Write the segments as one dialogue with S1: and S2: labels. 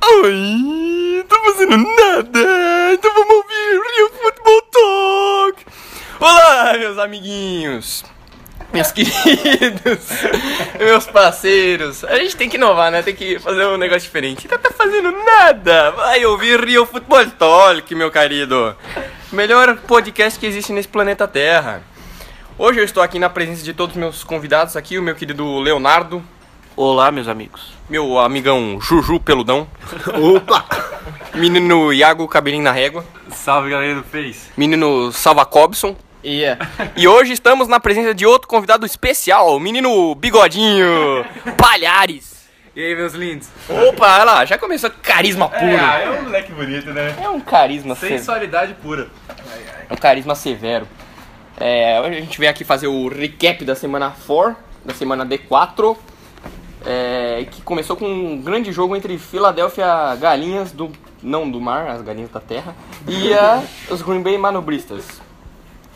S1: Oi, tô fazendo nada, então vamos ouvir o Futebol Talk. Olá, meus amiguinhos, meus queridos, meus parceiros. A gente tem que inovar, né? Tem que fazer um negócio diferente. Então tá fazendo nada, vai ouvir Rio Futebol Talk, meu querido. Melhor podcast que existe nesse planeta Terra. Hoje eu estou aqui na presença de todos os meus convidados aqui, o meu querido Leonardo,
S2: Olá, meus amigos.
S1: meu amigão Juju Peludão,
S3: Opa!
S1: menino Iago Cabelinho na Régua,
S2: Salve, galera do Face.
S1: menino Salva Cobson. E hoje estamos na presença de outro convidado especial, o menino Bigodinho Palhares.
S2: E aí, meus lindos?
S1: Opa, olha lá, já começou carisma puro.
S2: é um moleque bonito, né?
S1: É um carisma severo.
S2: Sensualidade pura.
S1: É um carisma severo. É, hoje a gente vem aqui fazer o recap da semana 4, da semana D4. é, que começou com um grande jogo entre Filadélfia Galinhas do. Não do mar, as galinhas da terra. E a- os Green Bay Manobristas.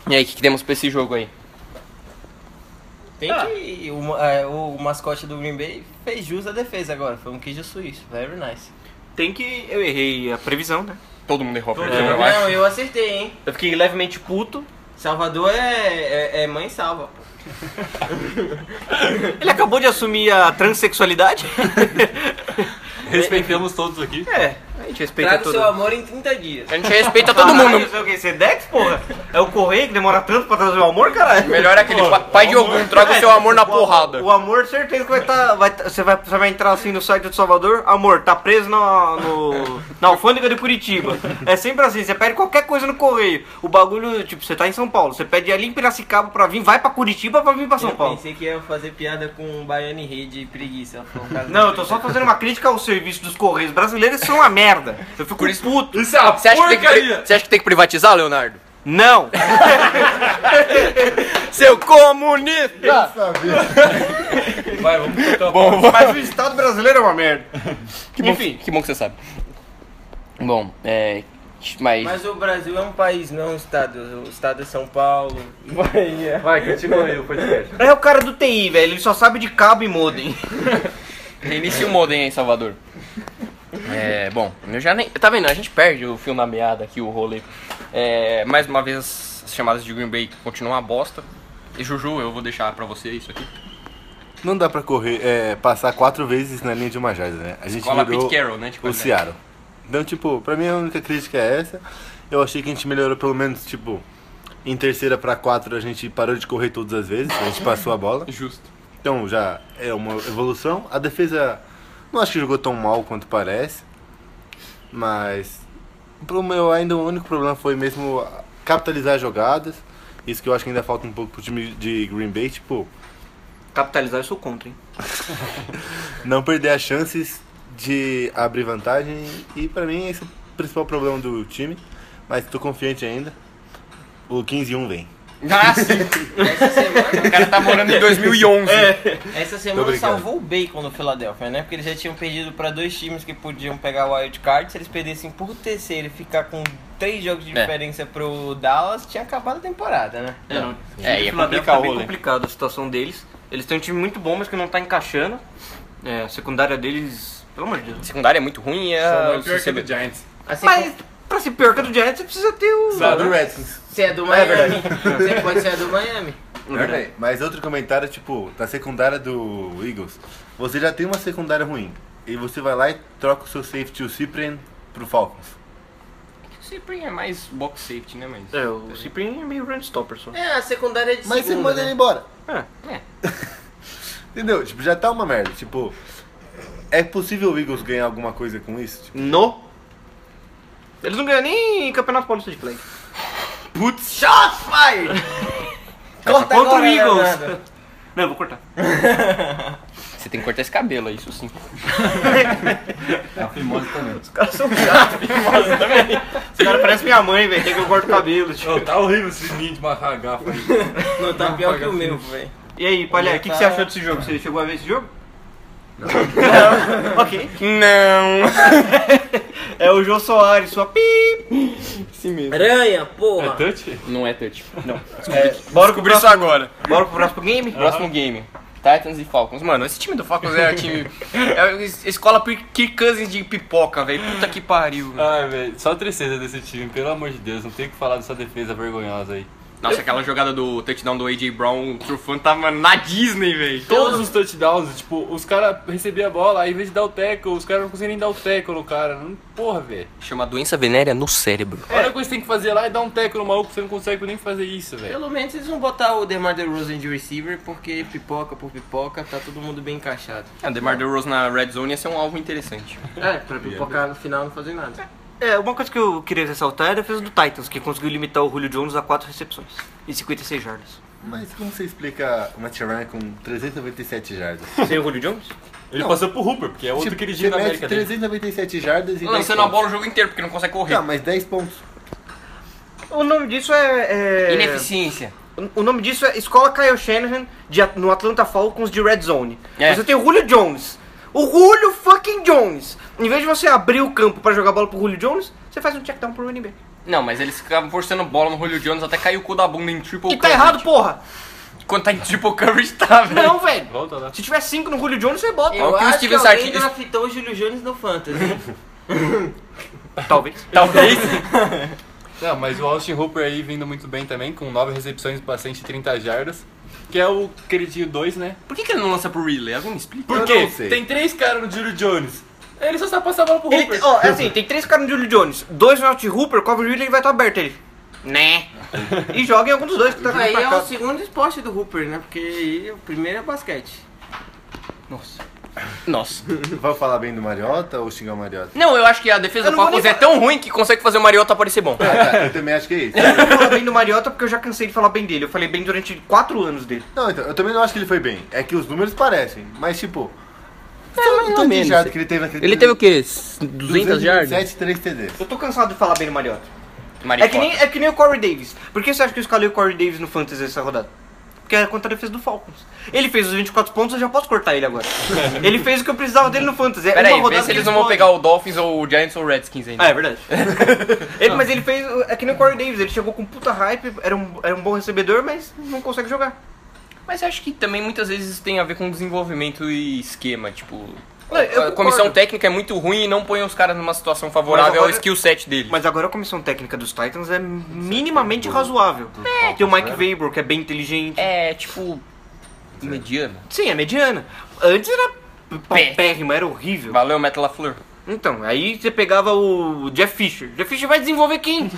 S1: E aí, o que, que temos pra esse jogo aí?
S4: Tem
S2: Ah.
S4: que. O, ma- é, o mascote do Green Bay fez jus à defesa agora. Foi um queijo suíço. Very nice.
S2: Tem que. Eu errei a previsão, né?
S1: Todo mundo errou.
S2: Todo
S1: né?
S2: mundo.
S1: Eu acho.
S4: Não, eu acertei, hein?
S2: Eu fiquei levemente puto.
S4: Salvador é, é, é mãe salva. pô.
S2: Ele acabou de assumir a transexualidade.
S5: Respeitamos todos aqui.
S2: É, a gente respeita
S4: Traga o seu
S2: todo
S4: amor em 30 dias.
S1: A gente respeita todo mundo.
S2: Não sei o que, você é Dex, porra? É o correio que demora tanto pra trazer o amor, caralho?
S1: Melhor é aquele pa- pai de algum, troca o seu amor na porrada.
S2: O amor, certeza que vai estar. você, vai, você vai entrar assim no site do Salvador. Amor, tá preso na, no, na alfândega de Curitiba. É sempre assim: você pede qualquer coisa no correio. O bagulho, tipo, você tá em São Paulo. Você pede ali em Piracicaba pra vir, vai pra Curitiba pra vir pra São
S4: eu
S2: Paulo.
S4: pensei que ia fazer piada com o Baiane Rede e preguiça. um por causa
S2: Não,
S4: da-
S2: eu tô só fazendo uma crítica ao serviço dos correios brasileiros, são uma merda. Eu fico puto.
S5: Isso é uma
S1: Você acha, que tem que, pri-
S5: porcaria!
S1: você acha que tem que privatizar, Leonardo?
S2: Não!
S1: Seu comunista!
S3: Eu sabia.
S5: Vai, vamos cortar
S1: Bom, bom.
S2: Mas o Estado brasileiro é uma merda.
S1: Que bom,
S2: Enfim.
S1: que bom que você sabe. Bom, é. Mas.
S4: Mas o Brasil é um país, não um estado. O estado é São Paulo, Bahia.
S5: Vai, continua aí o podcast.
S2: É o cara do TI, velho, ele só sabe de cabo e modem.
S1: Reinicia o modem aí, Salvador. É, bom, eu já nem. Tá vendo? A gente perde o fio na meada aqui, o rolê. É, mais uma vez, as chamadas de Green Bay continuam uma bosta. E Juju, eu vou deixar pra você isso aqui.
S3: Não dá pra correr, é, passar quatro vezes na linha de uma jarda, né? A gente
S1: Cola Pete
S3: melhorou
S1: Carroll, né? de
S3: o
S1: qualidade.
S3: Seattle. Então, tipo, pra mim a única crítica é essa. Eu achei que a gente melhorou pelo menos, tipo, em terceira pra quatro a gente parou de correr todas as vezes, a gente passou a bola.
S1: Justo.
S3: Então já é uma evolução. A defesa não acho que jogou tão mal quanto parece, mas pro meu ainda o único problema foi mesmo capitalizar jogadas. Isso que eu acho que ainda falta um pouco pro time de Green Bay, tipo,
S2: Capitalizar eu sou contra, hein?
S3: não perder as chances de abrir vantagem e pra mim esse é o principal problema do time, mas tô confiante ainda. O 15 e 1 vem.
S1: Ah, sim.
S4: Essa semana,
S1: O cara tá morando em 2011.
S3: É,
S4: essa semana
S3: brincando.
S4: salvou o bacon do Philadelphia, né? Porque eles já tinham perdido pra dois times que podiam pegar o wild card. Se eles perdessem por terceiro e ficar com três jogos de
S1: É.
S4: diferença pro Dallas, tinha acabado a temporada, né?
S2: É, não.
S1: É,
S2: O
S1: ia
S2: Philadelphia
S1: complicar
S2: tá
S1: o
S2: bem
S1: rolê.
S2: complicado a situação deles. Eles têm um time muito bom, mas que não tá encaixando. É, a secundária deles, pelo amor de Deus.
S1: Secundária é muito ruim. É...
S5: Só não é
S1: você
S5: pior que
S1: vê-
S5: o do Giants.
S4: Assim,
S2: Mas pra ser pior que a do Giants, você precisa ter o.
S3: Uhum. Redskins.
S4: Você é do Miami. Você pode ser do Miami.
S2: É
S3: Mas outro comentário, tipo, da secundária do Eagles, você já tem uma secundária ruim. E você vai lá e troca o seu safety, o Cyprian, pro Falcons.
S1: Sempre é mais box safety, né, mas...
S2: É, o Cyprian é meio run stopper só.
S4: É, a secundária de
S3: Mas você
S4: segunda,
S3: manda ele
S4: né?
S3: embora.
S1: É, é.
S3: Entendeu? Tipo, já tá uma merda. Tipo, é possível o Eagles ganhar alguma coisa com isso? Tipo,
S2: No! Eles não ganham nem Campeonato Paulista de Flag.
S3: Tipo,
S1: Putz,
S2: Shots fired!
S4: Corta
S2: Contra
S4: agora,
S2: o Eagles.
S4: Leonardo.
S2: Não, eu vou cortar.
S1: você tem que cortar esse cabelo, é isso sim.
S5: A Fimosa também.
S2: Os caras são chatos, Os caras parecem minha mãe, velho. Tem que eu corto o cabelo. tipo.
S5: Ô, tá horrível esse ninho de macaco gafa aí.
S4: Não, tá pior que o meu, velho.
S2: E aí, Palhaço, o que, que você achou desse jogo? Você chegou a ver esse jogo? Não. ok.
S1: Não.
S2: É o Jô Soares, sua pi.
S1: Sim mesmo.
S4: Aranha,
S5: É
S4: porra.
S5: touch?
S1: Não é touch. Não.
S2: Bora pro
S1: Descobri isso agora.
S2: Bora um pro próximo game?
S1: Próximo game. Titans e Falcons. Mano, esse time do Falcons é o time. É a escola P- Kirk Cousins de pipoca, velho. Puta que pariu. velho.
S5: Ai, velho, só tristeza desse time, pelo amor de Deus, não tem o que falar dessa defesa vergonhosa aí.
S1: Nossa, aquela jogada do touchdown do A.J. Brown, trufando, tava na Disney, velho.
S5: Todos os touchdowns, tipo, os caras recebiam a bola, aí em vez de dar o tackle, os caras não conseguem nem dar o tackle no cara. Não, porra, velho.
S1: Chama doença venérea no cérebro.
S5: Olha o que você tem que fazer lá é dar um tackle no maluco, você não consegue nem fazer isso, velho.
S4: Pelo menos eles vão botar o DeMar DeRozan de receiver, porque pipoca por pipoca, tá todo mundo bem encaixado.
S1: Ah, DeMar DeRozan na Red Zone ia ser um alvo interessante.
S4: É, pra pipocar no final não fazer nada.
S2: É, uma coisa que eu queria ressaltar é a defesa do Titans, que conseguiu limitar o Julio Jones a 4 recepções e 56 jardas.
S3: Mas como você explica uma Ryan com 397 jardas?
S2: Sem o Julio Jones?
S5: Ele
S3: Não.
S5: passou pro Hooper, porque é outro que ele gira na
S3: mete
S5: América dele.
S3: 397 jardas e
S1: tá Lançando a
S3: pontos.
S1: bola o jogo inteiro, porque não consegue correr.
S3: Tá, mas 10 pontos.
S2: O nome disso é. é-
S1: Ineficiência.
S2: O nome disso é Escola Kyle Shanahan de, At- no Atlanta Falcons de Red Zone.
S1: É.
S2: Você tem o Julio Jones. O Julio fucking Jones. Em vez de você abrir o campo pra jogar bola pro Julio Jones, você faz um check down pro running back.
S1: Não, mas eles ficavam forçando bola no Julio Jones até caiu o cu da bunda em triple
S2: E tá errado, porra!
S1: Quando tá em triple coverage, tá, velho.
S2: Não, velho!
S5: Volta lá.
S2: Se tiver 5 no Julio Jones, você bota.
S1: o
S4: Eu
S1: que o
S4: acho que
S1: Steven
S4: é alguém
S1: Sarkis-
S4: draftou o Júlio Jones no Fantasy.
S2: Talvez.
S1: Talvez.
S5: Não, mas o Austin Hooper aí vindo muito bem também, com 9 recepções pra 130 jardas. Que é o queridinho 2, né?
S1: Por que, que ele não lança pro relay? Alguém me explica.
S5: Por
S3: Eu
S5: quê?
S3: não sei.
S5: Tem três caras no Júlio Jones. Ele só sabe passar a bola pro
S2: Ele
S5: Hooper.
S2: tem- ó, é assim, tem três caras no Julio Jones, dois no Out Hooper, cobre o Julio ele vai estar aberto ele. Né? E joga em algum dos dois que tá
S4: Aí
S2: pra
S4: é
S2: cá.
S4: o segundo esporte do Hooper, né? Porque aí o primeiro é basquete.
S1: Nossa. Nossa.
S3: Vai falar bem do Mariota ou xingar o Mariota?
S1: Não, eu acho que a defesa
S2: Eu
S1: do
S2: não vou
S1: Falcons
S2: nem
S1: é tão ruim que consegue fazer o Mariota parecer bom.
S3: Ah, tá, eu também acho que é isso.
S2: Eu não falo bem do Mariota porque eu já cansei de falar bem dele. Eu falei bem durante quatro anos dele.
S3: Não, então, eu também não acho que ele foi bem. É que os números parecem, mas tipo.
S1: ou
S3: É, tanto de
S1: menos.
S3: jardas que ele teve naquele
S1: Ele teve o quê? 200 yardas?
S3: 227, 3 TDs.
S2: Eu tô cansado de falar bem do Mariota. É
S1: Mariota.
S2: que, nem, é que nem o Corey Davis. Por que você acha que eu escalei o Corey Davis no Fantasy essa rodada? Porque era contra a defesa do Falcons. Ele fez os 24 pontos, eu já posso cortar ele agora. ele fez o que eu precisava dele no Fantasy. É uma
S1: Pera aí, vê
S2: rodada
S1: se
S2: que
S1: eles não vão
S2: podem.
S1: pegar o Dolphins ou o Giants ou o Redskins ainda.
S2: Ah, é verdade. Ele- mas ele fez. É que nem o Corey Davis, ele chegou com puta hype, era um, era um bom recebedor, mas não consegue jogar.
S1: Mas eu acho que também muitas vezes isso tem a ver com desenvolvimento e esquema, tipo...
S2: Não, eu
S1: a comissão
S2: concordo.
S1: técnica é muito ruim e não põe os caras numa situação favorável
S2: Mas agora-
S1: ao skill set dele.
S2: Mas agora a comissão técnica dos Titans é minimamente razoável. Tem o Mike Weber, que é bem inteligente.
S1: É, tipo... Mediano.
S2: Sim, é mediana. Antes era
S1: Pé.
S2: paupérrimo, era horrível.
S1: Valeu, Matt LaFleur.
S2: Então, aí você pegava o Jeff Fisher. Jeff Fisher vai desenvolver quem?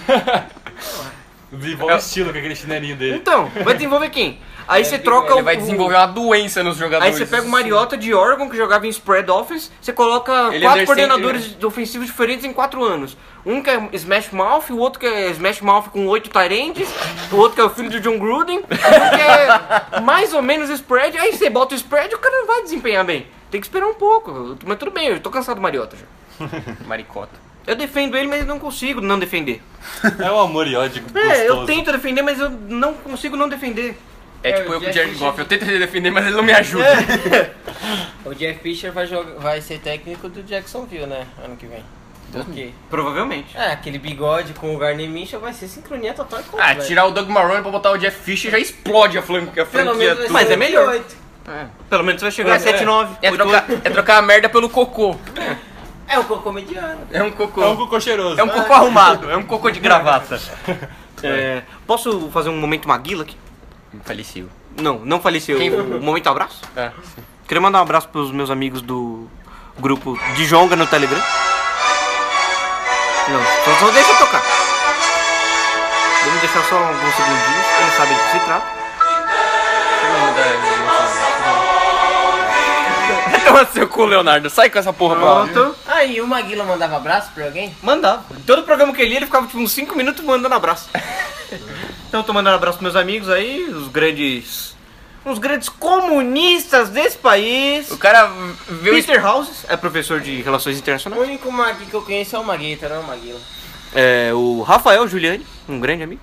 S5: Desenvolve estilo com aquele chinelinho dele.
S2: Então, vai desenvolver quem? Aí você troca
S1: É, Ele
S2: o.
S1: vai desenvolver uma doença nos
S2: Aí
S1: jogadores.
S2: você pega o Mariota de Oregon, que jogava em spread offense, você coloca
S1: Ele é
S2: quatro
S1: under
S2: coordenadores ofensivos diferentes em quatro anos. Um que é Smash Mouth, o outro que é Smash Mouth com oito tarentes, o outro que é o filho de John Gruden, e um que é mais ou menos spread, aí você bota o spread e o cara não vai desempenhar bem. Tem que esperar um pouco, mas tudo bem, eu tô cansado do Mariota já.
S1: Maricota.
S2: Eu defendo ele, mas não consigo não defender.
S5: É um amor e ódio gostoso.
S2: É, eu tento defender, mas eu não consigo não defender.
S1: É,
S4: É,
S1: tipo
S4: o
S1: eu com o
S4: Jeff
S1: Jared
S4: Fisher-
S1: Goff. Eu tento defender, mas ele não me ajuda.
S2: É.
S4: O Jeff Fisher vai, jogar, vai ser técnico do Jacksonville, né? Ano que vem. Por quê?
S2: Provavelmente.
S4: É, aquele bigode com o Garner Michel vai ser sincronia total e
S1: Ah,
S4: completa.
S1: tirar o Doug Marrone pra botar o Jeff Fisher já explode a, flan- a
S4: Pelo
S1: franquia
S4: menos
S1: toda.
S2: Mas é melhor.
S4: 8.
S2: Pelo menos você vai chegar a 7-9.
S1: É trocar, é trocar a merda pelo cocô.
S4: É o cocô mediano.
S1: É um
S5: É um
S1: cocô.
S5: cocô cheiroso.
S1: É um cocô arrumado. É um cocô de gravata.
S2: É, posso fazer um momento Maguila aqui?
S1: Faleceu.
S2: Não, não faleceu.
S1: Quem?
S2: O momento abraço?
S1: É.
S2: Queria mandar um abraço pros meus amigos do grupo Dijonga no Telegram. Não, só, só deixa eu tocar. Vamos deixar só alguns segundinhos, pra ele sabe do que se trata.
S1: Vai tomar É um seu cu, Leonardo. Sai com essa porra pra lá.
S2: Pronto.
S4: Aí, Ah, o Maguila mandava abraço pra alguém?
S2: Mandava. Todo programa que ele ia, ele ficava tipo uns 5 minutos mandando abraço. então eu tô mandando abraço pros meus amigos aí, os grandes. Os grandes comunistas desse país.
S1: O cara viu isso.
S2: Peter Houses é professor de relações internacionais.
S4: O único Magui que eu conheço é o Maguita, não é o Maguila.
S2: É, o Rafael Giuliani, um grande amigo.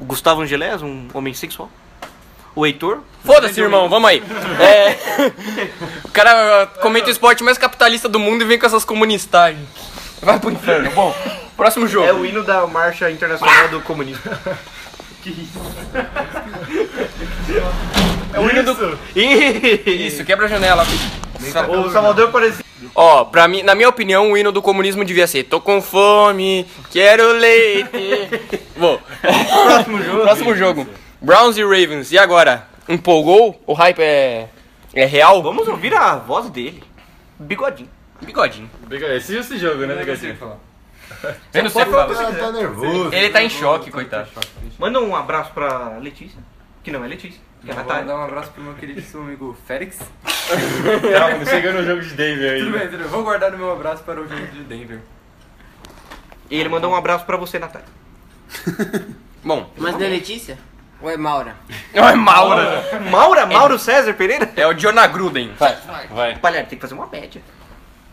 S2: O Gustavo Angelés, um homem sexual. O Heitor.
S1: Foda-se, irmão. Vamos aí. É. O cara uh, comenta o esporte mais capitalista do mundo e vem com essas comunistagens. Vai pro inferno. Bom,
S2: É
S1: próximo jogo.
S2: hino da Marcha Internacional do Comunismo.
S5: É o hino do...
S2: Ih!
S1: Isso, quebra a janela.
S2: O Salvador parecia.
S1: Ó, pra mim, na minha opinião, o hino do comunismo devia ser Tô com fome, quero leite. Bom,
S2: Próximo jogo.
S1: próximo jogo. Browns e Ravens. E agora? Empolgou? O hype é é real?
S2: Vamos ouvir a voz dele. Bigodinho.
S1: Bigodinho.
S5: Esse, esse jogo, né, Negadinho?
S1: Ele não sabe falar.
S5: assim,
S3: Tá,
S5: né?
S3: tá
S5: É,
S3: nervoso.
S1: Ele tá em choque, coitado.
S2: Manda um abraço pra Letícia. Que não é Letícia. Que é
S6: Eu vou
S2: Natália.
S6: mandar um abraço pro meu queridíssimo amigo Félix.
S5: Calma, chegando Tá, no jogo de Denver
S6: Tudo
S5: aí. né?
S6: bem, tudo bem. Vou guardar o meu abraço para o jogo de Denver.
S2: E ele mandou um abraço pra você, Natália.
S1: Bom,
S4: Mas não é Letícia? Ou é Maura?
S1: não é Maura.
S2: Maura, Mauro César Pereira?
S1: É o Jonah Gruden.
S5: Vai.
S2: Palhaço, tem que fazer uma média.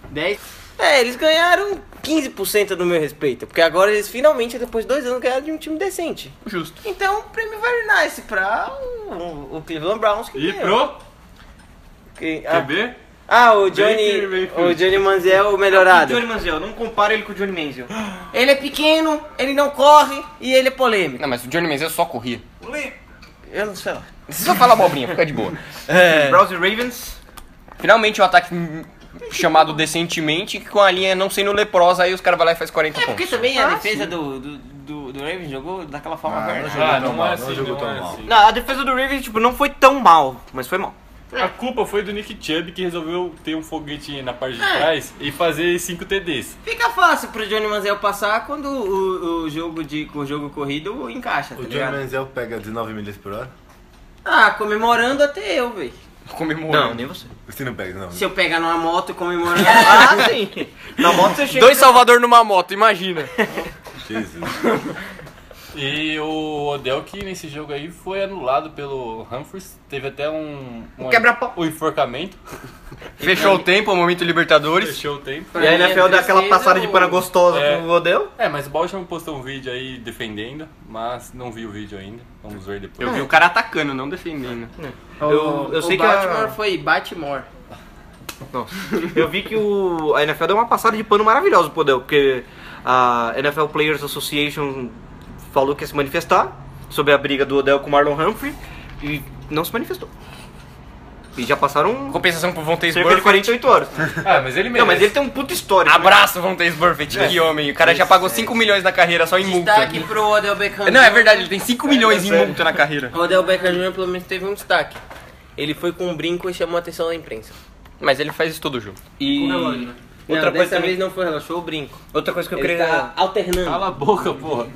S4: 10? É, eles ganharam 15% do meu respeito, porque agora eles finalmente, depois de dois anos, ganharam de um time decente.
S1: Justo.
S4: Então, o prêmio vai nice pra o, o Cleveland Browns que
S5: E
S4: ganhou.
S5: pro
S4: Que- ah,
S5: QB?
S4: ah, o Johnny,
S5: Baker Mayfield.
S4: o Johnny Manziel, o melhorado.
S2: Johnny Manziel, não compara ele com o Johnny Manziel.
S4: Ele é pequeno, ele não corre e ele é polêmico.
S1: Não, mas o Johnny Manziel só corria.
S4: Eu não sei lá.
S1: Você só fala abobrinha, fica de boa.
S2: Browns e Ravens.
S1: Finalmente um ataque hum, chamado decentemente, que com a linha não sendo leprosa, aí os caras vão lá e faz 40
S4: É
S1: pontos.
S4: porque também a defesa do, do, do, do Ravens jogou daquela forma
S3: não
S4: verdadeira.
S3: jogou
S5: Ah,
S3: tão
S5: não é
S3: mal,
S5: assim,
S3: não jogou
S5: não
S3: tão
S5: é
S3: mal.
S5: assim.
S2: Não, a defesa do Ravens, tipo, não foi tão mal, mas foi mal.
S5: A culpa foi do Nick Chubb que resolveu ter um foguete na parte de trás e fazer 5 TDs.
S4: Fica fácil pro Johnny Manziel passar quando o, o jogo de com o jogo corrido encaixa, tá
S3: O Johnny
S4: ligado?
S3: Manziel pega 19 milhas por hora?
S4: Ah, comemorando até eu, velho.
S1: Comemorando.
S2: nem você.
S3: Você não pega, não.
S4: Se eu pegar numa moto comemorando.
S2: Ah, sim. Na moto você chega.
S1: Dois Salvador numa moto, imagina.
S3: Jesus.
S5: E o Odell que nesse jogo aí foi anulado pelo Humphries, teve até um, um
S2: quebra-pau.
S5: um enforcamento,
S1: Fechou o tempo, o momento Libertadores.
S5: fechou o tempo.
S2: E a NFL dá aquela passada de pana gostosa
S5: É.
S2: pro Odell.
S5: É, mas o Baltimore postou um vídeo aí defendendo, mas não vi o vídeo ainda. Vamos ver depois.
S1: Eu vi o cara atacando, não defendendo.
S6: É.
S2: Eu, eu sei que é
S4: Baltimore
S2: a,
S4: foi Baltimore.
S2: eu vi que o, a NFL deu uma passada de pano maravilhosa pro Odell, porque a NFL Players Association falou que ia se manifestar sobre a briga do Odell com o Marlon Humphrey e não se manifestou. E já passaram
S1: Compensação pro Vontaze
S2: cerca de
S1: Burfitt.
S2: 48 horas.
S5: Ah, mas ele
S2: Não, mas ele tem um puto histórico. né?
S1: Abraço, Vontaze Burfitt. Que homem. O cara já pagou 5 milhões na carreira só em multa.
S4: Destaque pro Odell Beckham.
S1: Não, é verdade, ele tem 5 milhões em
S2: sério.
S1: multa na carreira.
S4: O Odell Beckham Jr. pelo menos teve um destaque. Ele foi com um brinco e chamou a atenção da imprensa.
S1: Mas ele faz isso todo jogo.
S4: E outra
S2: Outra
S4: né? não,
S2: coisa
S4: dessa
S2: também-
S4: vez não foi relógio, foi o brinco.
S2: Outra coisa que eu
S4: Ele
S2: queria.
S4: tá alternando.
S5: Cala a boca, porra.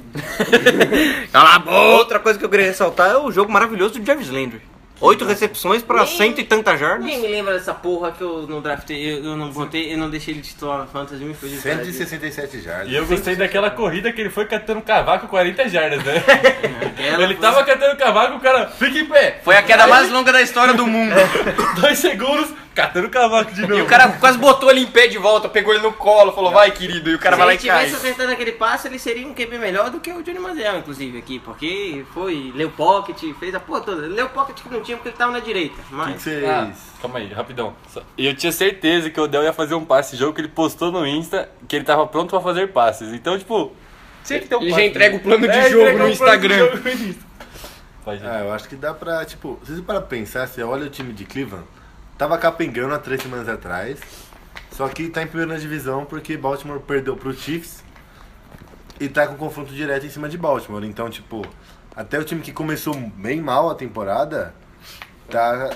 S1: Cala a boca!
S2: Outra coisa que eu queria ressaltar é o jogo maravilhoso do Jarvis Landry. Oito recepções pra
S4: Nem-
S2: cento e tantas
S4: Ninguém
S2: jardas.
S4: me lembra dessa porra que eu não draftei, eu eu não botei, eu não deixei ele titular na fantasy, me fugiu.
S3: 167 jardas.
S5: E eu gostei daquela corrida que ele foi catando cavaco 40 jardas, né? ele tava catando cavaco, o cara fica em pé.
S1: Foi a queda mais longa da história do mundo.
S5: Dois segundos, catando cavaco de novo.
S1: E o cara quase botou ele em pé de volta, pegou ele no colo, falou, vai, querido. E o cara
S4: Se
S1: vai lá
S4: ele
S1: e cai.
S4: tivesse acertado aquele passo, ele seria um QB melhor do que o Johnny Manziel, inclusive, aqui, porque foi, leu pocket, fez a porra toda. Leu pocket que não tinha porque ele tava na direita,
S3: O que que
S4: mas...
S3: vocês.
S5: Ah, calma aí, rapidão. Só- E eu tinha certeza que o Odell ia fazer um passe jogo que ele postou no Insta que ele tava pronto pra fazer passes. Então, tipo, tinha que ter um
S1: Ele já
S5: passe.
S1: entrega o plano de
S5: É,
S1: jogo
S2: um
S5: entrega
S1: no
S5: o plano de
S1: Instagram.
S5: jogo no Insta. Vai, gente.
S3: Ah, eu acho que dá pra, tipo, se você para pensar, você olha o time de Cleveland, tava capengando há três semanas atrás, só que tá em primeira na divisão porque Baltimore perdeu pro Chiefs e tá com confronto direto em cima de Baltimore. Então, tipo, até o time que começou bem mal a temporada, tá,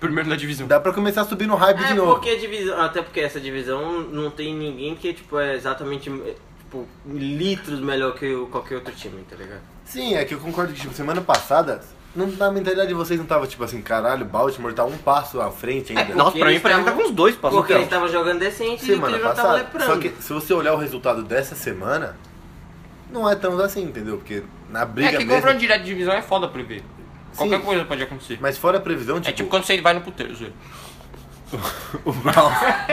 S1: Primeiro na divisão.
S3: dá pra começar a subir no hype de
S4: É
S3: novo.
S4: porque a divisão, até porque essa divisão não tem ninguém que tipo, é exatamente é, tipo, litros melhor que o- qualquer outro time, tá ligado?
S3: Sim, é que eu concordo que, tipo, semana passada, não, na mentalidade de vocês não tava, tipo assim, caralho, Baltimore tá um passo à frente ainda.
S2: Nossa, pra mim
S4: eles
S2: parece que
S4: estavam-
S2: tava uns dois passos.
S4: Porque eles estavam jogando decente e o
S3: então? semana
S4: Cleveland tava
S3: passada.
S4: leprando.
S3: Só que se você olhar o resultado dessa semana, não é tão assim, entendeu? Porque na
S1: É
S3: briga
S1: que
S3: mesmo.
S1: confronto direto de divisão é foda prever. Qualquer coisa pode acontecer.
S3: Mas fora a previsão, tipo,
S1: É tipo quando você vai no puteiro, Zé.
S3: o Browns.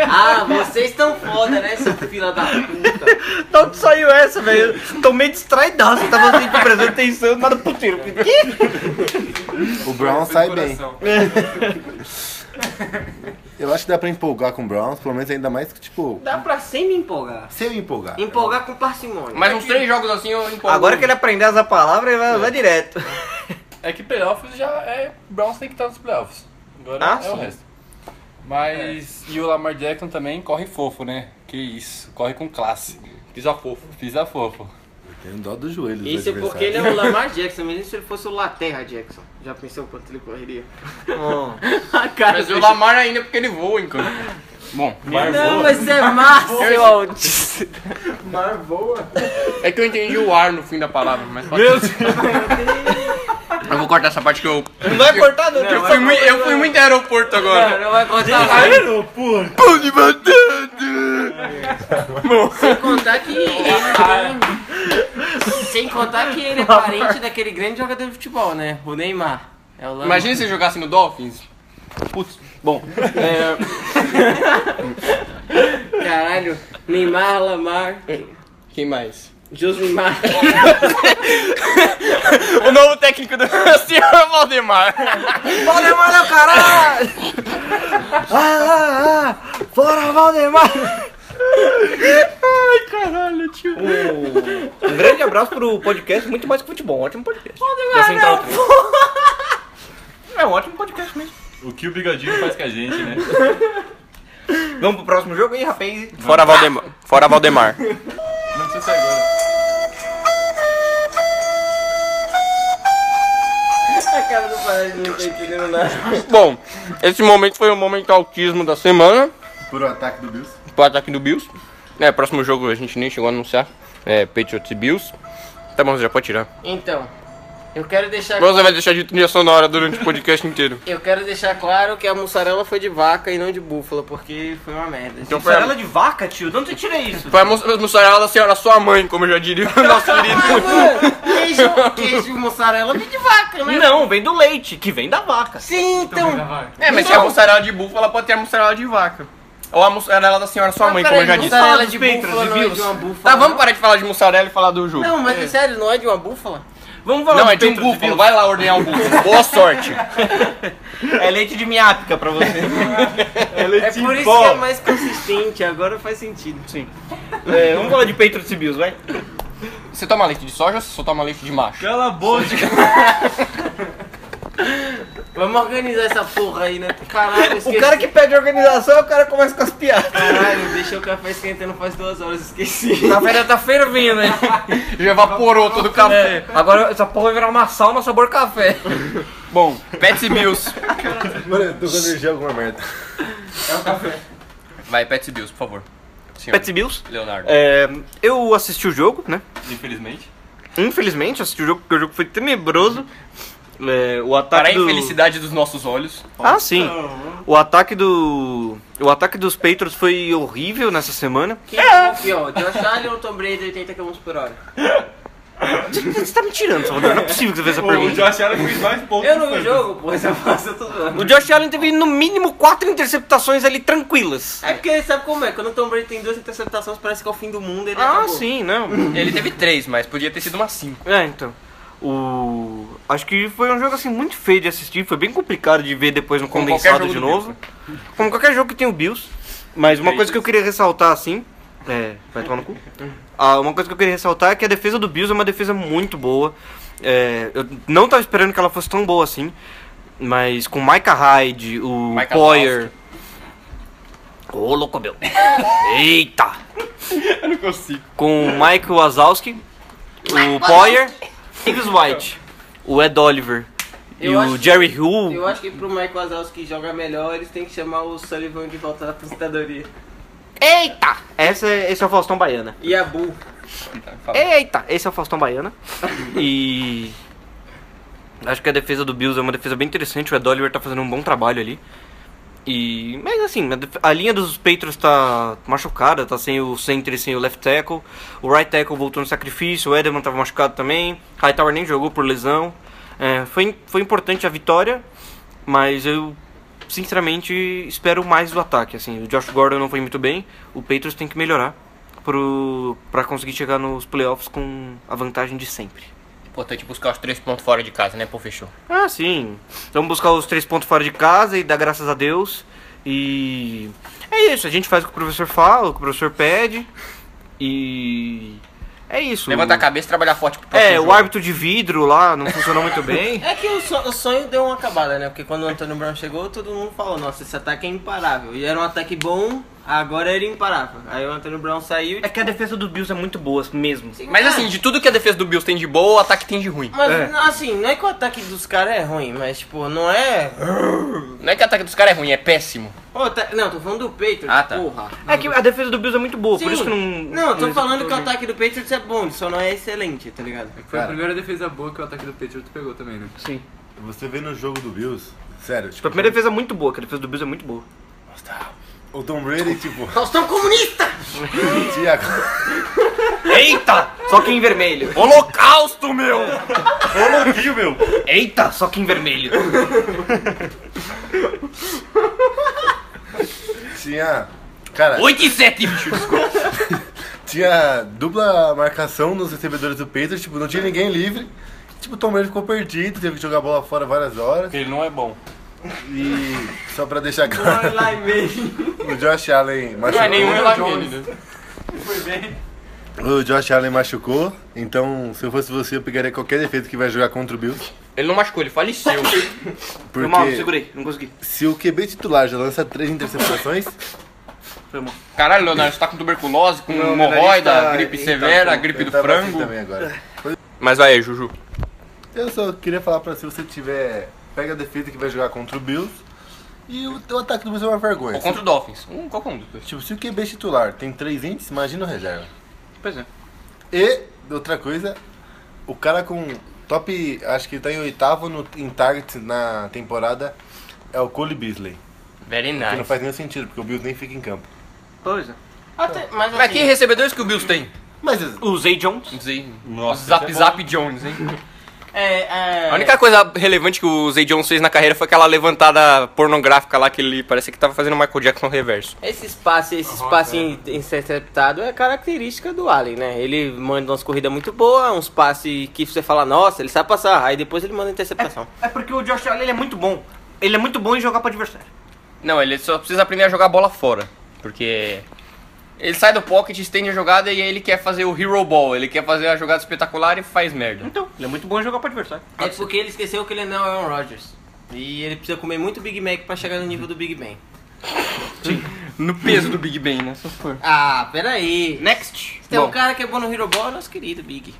S4: Ah, vocês estão foda, né, seu fila da puta.
S2: De onde saiu essa, velho? Eu Tô meio distraidaço, eu tava assim, prestando atenção, nada puteiro.
S3: O Browns sai bem. Eu acho que dá pra empolgar com o Browns, pelo menos ainda mais que, tipo,
S4: Dá pra sempre empolgar.
S3: se eu empolgar.
S4: Empolgar com parcimônia.
S1: Mas uns três jogos assim eu empolgo.
S2: Agora que ele aprendeu essa palavra, ele vai, vai direto.
S5: É que playoffs já é. Browns tem que estar nos playoffs. Agora
S2: Ah,
S5: é o
S2: sim.
S5: resto. Mas. E o Lamar Jackson também corre fofo, né? Que isso. Corre com classe. Pisa fofo. Pisa fofo.
S3: Eu tenho dó do joelho.
S4: Isso é porque ele é o Lamar Jackson, mas se ele fosse o Laterra Jackson. Já pensou quanto ele correria? A cara
S1: Mas o
S4: dele.
S1: Lamar ainda porque ele voa enquanto. Bom,
S4: Não, mas é massa,
S1: Eu-
S4: eu
S1: é que eu entendi o ar no fim da palavra, mas pode Meu Deus. Eu vou cortar essa parte que eu.
S2: Não vai cortar, não.
S1: Eu fui, mui- eu fui muito aeroporto agora.
S4: Não, não vai contar mais.
S1: Pão de batata!
S4: Sem contar que ele Sem contar que ele é parente daquele grande jogador de futebol, né? O Neymar. É o Lamar.
S1: Imagina se eu jogasse no Dolphins.
S4: Caralho, Neymar, Lamar,
S1: Quem mais?
S4: Josimar.
S1: O novo técnico do senhor Valdemar.
S2: Valdemar é o caralho! ah, ah, ah! Fora Valdemar! Ai, caralho, tio. Um, um grande abraço pro podcast, muito mais que futebol. Um ótimo podcast. Valdemar, né, é um ótimo podcast mesmo.
S5: O que o Bigodinho faz com a gente, né?
S2: Vamos pro próximo jogo aí, rapaz.
S1: Fora Valdemar. Fora Valdemar.
S5: Não precisa ser agora.
S4: A cara do Pará não tá entendendo nada.
S1: Bom, esse momento foi o momento autismo da semana.
S3: Por um ataque do Bills.
S1: Pro ataque do Bills. É, próximo jogo a gente nem chegou a anunciar. É Patriots e Bills. Tá bom, você já pode tirar.
S4: Então, eu quero deixar
S1: Você vai deixar de trilha sonora durante o podcast inteiro.
S4: Eu quero deixar claro que a mussarela foi de vaca e não de búfala, porque foi uma merda.
S1: Então foi a,
S2: Mussarela de vaca, tio? De onde você tira isso?
S1: foi a mus- a mussarela da senhora, sua mãe, como já diria o nosso querido.
S4: Ah, mano, queijo, queijo mussarela vem de vaca, né?
S2: Não, vem do leite, que vem da vaca.
S4: Sim, então.
S1: É, mas se é a mussarela de búfala, pode ter a mussarela de vaca. Ou a mussarela da senhora, sua mãe, como é eu já disse.
S4: Ah, Mussarela
S2: Fala
S4: de
S2: dos Patriots,
S4: búfala não é
S2: vírus.
S4: de uma búfala.
S1: Tá, vamos
S4: não.
S1: parar de falar de mussarela e falar do jogo.
S4: Não, mas é sério, não é de uma búfala?
S2: Vamos falar
S1: Não,
S2: do
S1: é de um
S2: peito do
S1: búfalo. Vai lá ordenhar um búfalo. Boa sorte.
S2: Bills. É leite de miápica pra você. é leite
S4: É por isso que é mais consistente, agora faz sentido. Sim.
S2: vamos falar de Patriots e Bills, vai.
S1: Você toma leite de soja ou você só toma leite de macho?
S6: Cala a boca.
S4: Vamos organizar essa porra aí, né? Caralho, eu esqueci.
S2: O cara que pede organização, o cara começa com as piadas.
S4: Caralho, deixei o café esquentando faz duas horas, esqueci.
S2: Café tá fervendo, né?
S1: Já evaporou todo o café.
S2: Agora essa porra vai virar uma sauna sabor café.
S1: Bom, Pets e Bills.
S3: Mano, eu tô com energia alguma merda.
S1: Vai, Pets e Bills, por favor. Senhor
S2: Pets e Bills.
S1: Leonardo.
S2: É, eu assisti o jogo, né?
S5: Infelizmente.
S2: Infelizmente, eu assisti o jogo porque o jogo foi tenebroso. É, o
S1: Para a
S2: ataque do...
S1: infelicidade dos nossos olhos.
S2: Ah, sim. O ataque do. O ataque dos Patriots foi horrível nessa semana.
S4: Quem é pior? Josh Allen ou Tom Brady 80 km por hora?
S2: Você tá me tirando, Salvador. Não é possível que você fez essa
S5: O
S2: pergunta.
S5: Josh Allen fez mais pontos.
S4: Eu não vi o jogo, pô, essa fase eu tô zoando.
S2: O Josh Allen teve no mínimo quatro interceptações ali tranquilas.
S4: É porque sabe como é? Quando o Tom Brady tem duas interceptações, parece que é o fim do mundo ele
S2: Ah,
S4: acabou.
S2: sim, não.
S1: Ele teve três, mas podia ter sido uma cinco.
S2: É, então. O. Acho que foi um jogo assim muito feio de assistir, foi bem complicado de ver depois no
S1: Como
S2: condensado
S1: qualquer jogo
S2: de
S1: do
S2: novo. Como qualquer jogo que tem o Bills. Mas uma
S5: É
S2: coisa que eu queria ressaltar assim. É. Vai tomar no cu? Ah, uma coisa que eu queria ressaltar é que a defesa do Bills é uma defesa muito boa. É, eu não tava esperando que ela fosse tão boa assim. Mas com o Micah Hyde, o
S1: Micah
S2: Poyer. Ô, louco meu. Eita!
S5: não consigo.
S2: com o Mike Wazowski, o Poyer, Davis White, o Ed Oliver e
S4: Eu
S2: o
S4: acho-
S2: Jerry Hill.
S4: Eu acho que pro Mike Wazowski jogar melhor, eles têm que chamar o Sullivan de volta da aposentadoria.
S2: Eita! Essa é- esse é o Faustão Baiana.
S4: E a Bull.
S2: Eita! Esse é o Faustão Baiana. E. Acho que a defesa do Bills é uma defesa bem interessante. O Ed Oliver tá fazendo um bom trabalho ali. E. Mas assim, a, def- a linha dos Patriots tá machucada, tá sem o center e sem o left tackle. O right tackle voltou no sacrifício, o Edelman tava machucado também. Hightower nem jogou por lesão. É, foi, foi importante a vitória, mas eu sinceramente espero mais do ataque. Assim, o Josh Gordon não foi muito bem, o Patriots tem que melhorar pro, pra conseguir chegar nos playoffs com a vantagem de sempre.
S1: Importante buscar os três pontos fora de casa, né, pô, fechou.
S2: Ah, sim. Vamos buscar os três pontos fora de casa e dar graças a Deus. E é isso, a gente faz o que o professor fala, o que o professor pede. E É isso.
S1: Levanta a cabeça e trabalhar forte pro próximo
S2: É,
S1: jogo.
S2: o árbitro de vidro lá não funcionou muito bem.
S4: É que o, so- o sonho deu uma acabada, né? Porque quando o Antônio Brown chegou, todo mundo falou, nossa, esse ataque é imparável. E era um ataque bom, agora ele é imparável. Aí o Antônio Brown saiu e... tipo,
S2: É que a defesa do Bills é muito boa mesmo.
S1: Mas assim, de tudo que a defesa do Bills tem de boa, o ataque tem de ruim.
S4: Mas
S2: É.
S4: assim, não é que o ataque dos caras é ruim, mas tipo, não é.
S1: Não é que o ataque dos caras é ruim, é péssimo.
S4: Ô, tá- Não, tô falando do Patriots,
S1: Ah, tá.
S4: porra.
S2: É que a defesa do Bills é muito boa,
S4: Sim.
S2: por isso que não.
S4: Não, tô falando que o
S2: executou
S4: ataque do Patriots é bom, só não é excelente, tá ligado?
S6: Foi
S3: Cara.
S6: a primeira defesa boa que o ataque do Patriot pegou também, né?
S2: bem. Sim.
S3: Você vê no jogo do Bills, sério,
S2: Tipo,
S3: tipo,
S2: a primeira defesa é muito boa, que a defesa do Bills é muito boa.
S3: o Tom Brady, tipo,
S4: Faustão comunista!
S3: tinha
S2: Eita! Só que em vermelho.
S1: Holocausto, meu!
S3: coloquinho, meu.
S2: Eita! Só que em vermelho.
S3: Tinha, cara,
S1: 8 e 7, bicho.
S3: tinha dupla marcação nos recebedores do Patriots, tipo, não tinha ninguém livre. Tipo, o Tom Brady ficou perdido, teve que jogar a bola fora várias horas.
S5: Porque ele não é bom.
S3: E só pra deixar
S4: Olha
S3: claro,
S4: lá mesmo.
S3: o Josh Allen
S1: Não
S3: machucou.
S1: é nenhum é né?
S3: O Josh Allen machucou, então se eu fosse você, eu pegaria qualquer defeito que vai jogar contra o Bills.
S1: Ele não machucou, ele faleceu.
S2: Foi mal,
S3: Porque
S2: segurei, não consegui.
S3: se o QB titular já lança três interceptações,
S2: Foi mal.
S1: Caralho, Leonardo, você tá com tuberculose, com
S2: Não,
S1: hemorroida,
S2: Leonardo,
S1: gripe
S2: ele tá-
S1: severa, gripe
S3: eu
S1: do
S3: tava
S1: frango.
S3: assim também agora.
S1: Mas vai aí, Juju.
S3: Eu só queria falar pra se você tiver. Pega a defesa que vai jogar contra o Bills. E o, o ataque do Bills é uma vergonha.
S1: Ou contra o Dolphins. Um, qualquer um dos dois.
S3: Tipo, se o QB titular tem três índices, imagina o reserva.
S1: Pois é.
S3: E, outra coisa, o cara com top. Acho que tá em oitavo no, em targets na temporada é o Cole Beasley.
S1: Very
S3: Que não
S1: nice.
S3: faz nenhum sentido, porque o Bills nem fica em campo.
S2: Pois é.
S4: Até- mas
S1: Mas que
S4: assim,
S1: recebedores que o Bills tem?
S3: Mas é,
S2: O Zay Jones.
S1: Não sei.
S5: Nossa,
S1: Zap
S5: esse é bom.
S1: Zap Jones, hein?
S4: é, é...
S1: A única coisa relevante que o Zay Jones fez na carreira foi aquela levantada pornográfica lá que ele parece que tava fazendo o Michael Jackson reverso.
S4: Esse espaço, esse espaço in- interceptado é característica do Allen, né? Ele manda umas corridas muito boas, uns passes que você fala, nossa, ele sabe passar, aí depois ele manda interceptação.
S2: É porque o Josh Allen ele é muito bom. Ele é muito bom em jogar pro adversário.
S1: Não, ele só precisa aprender a jogar a bola fora. Porque ele sai do pocket, estende a jogada e aí ele quer fazer o hero ball. Ele quer fazer a jogada espetacular e faz merda.
S2: Então, ele é muito bom em jogar pro adversário.
S4: É porque ele esqueceu que ele não é um Rodgers. E ele precisa comer muito Big Mac pra chegar no nível do Big Bang.
S1: No peso do Big Ben, né?
S4: Ah, peraí.
S2: Next.
S4: Tem
S2: Bom,
S4: um cara que é bom no Hero Ball, é nosso querido Big.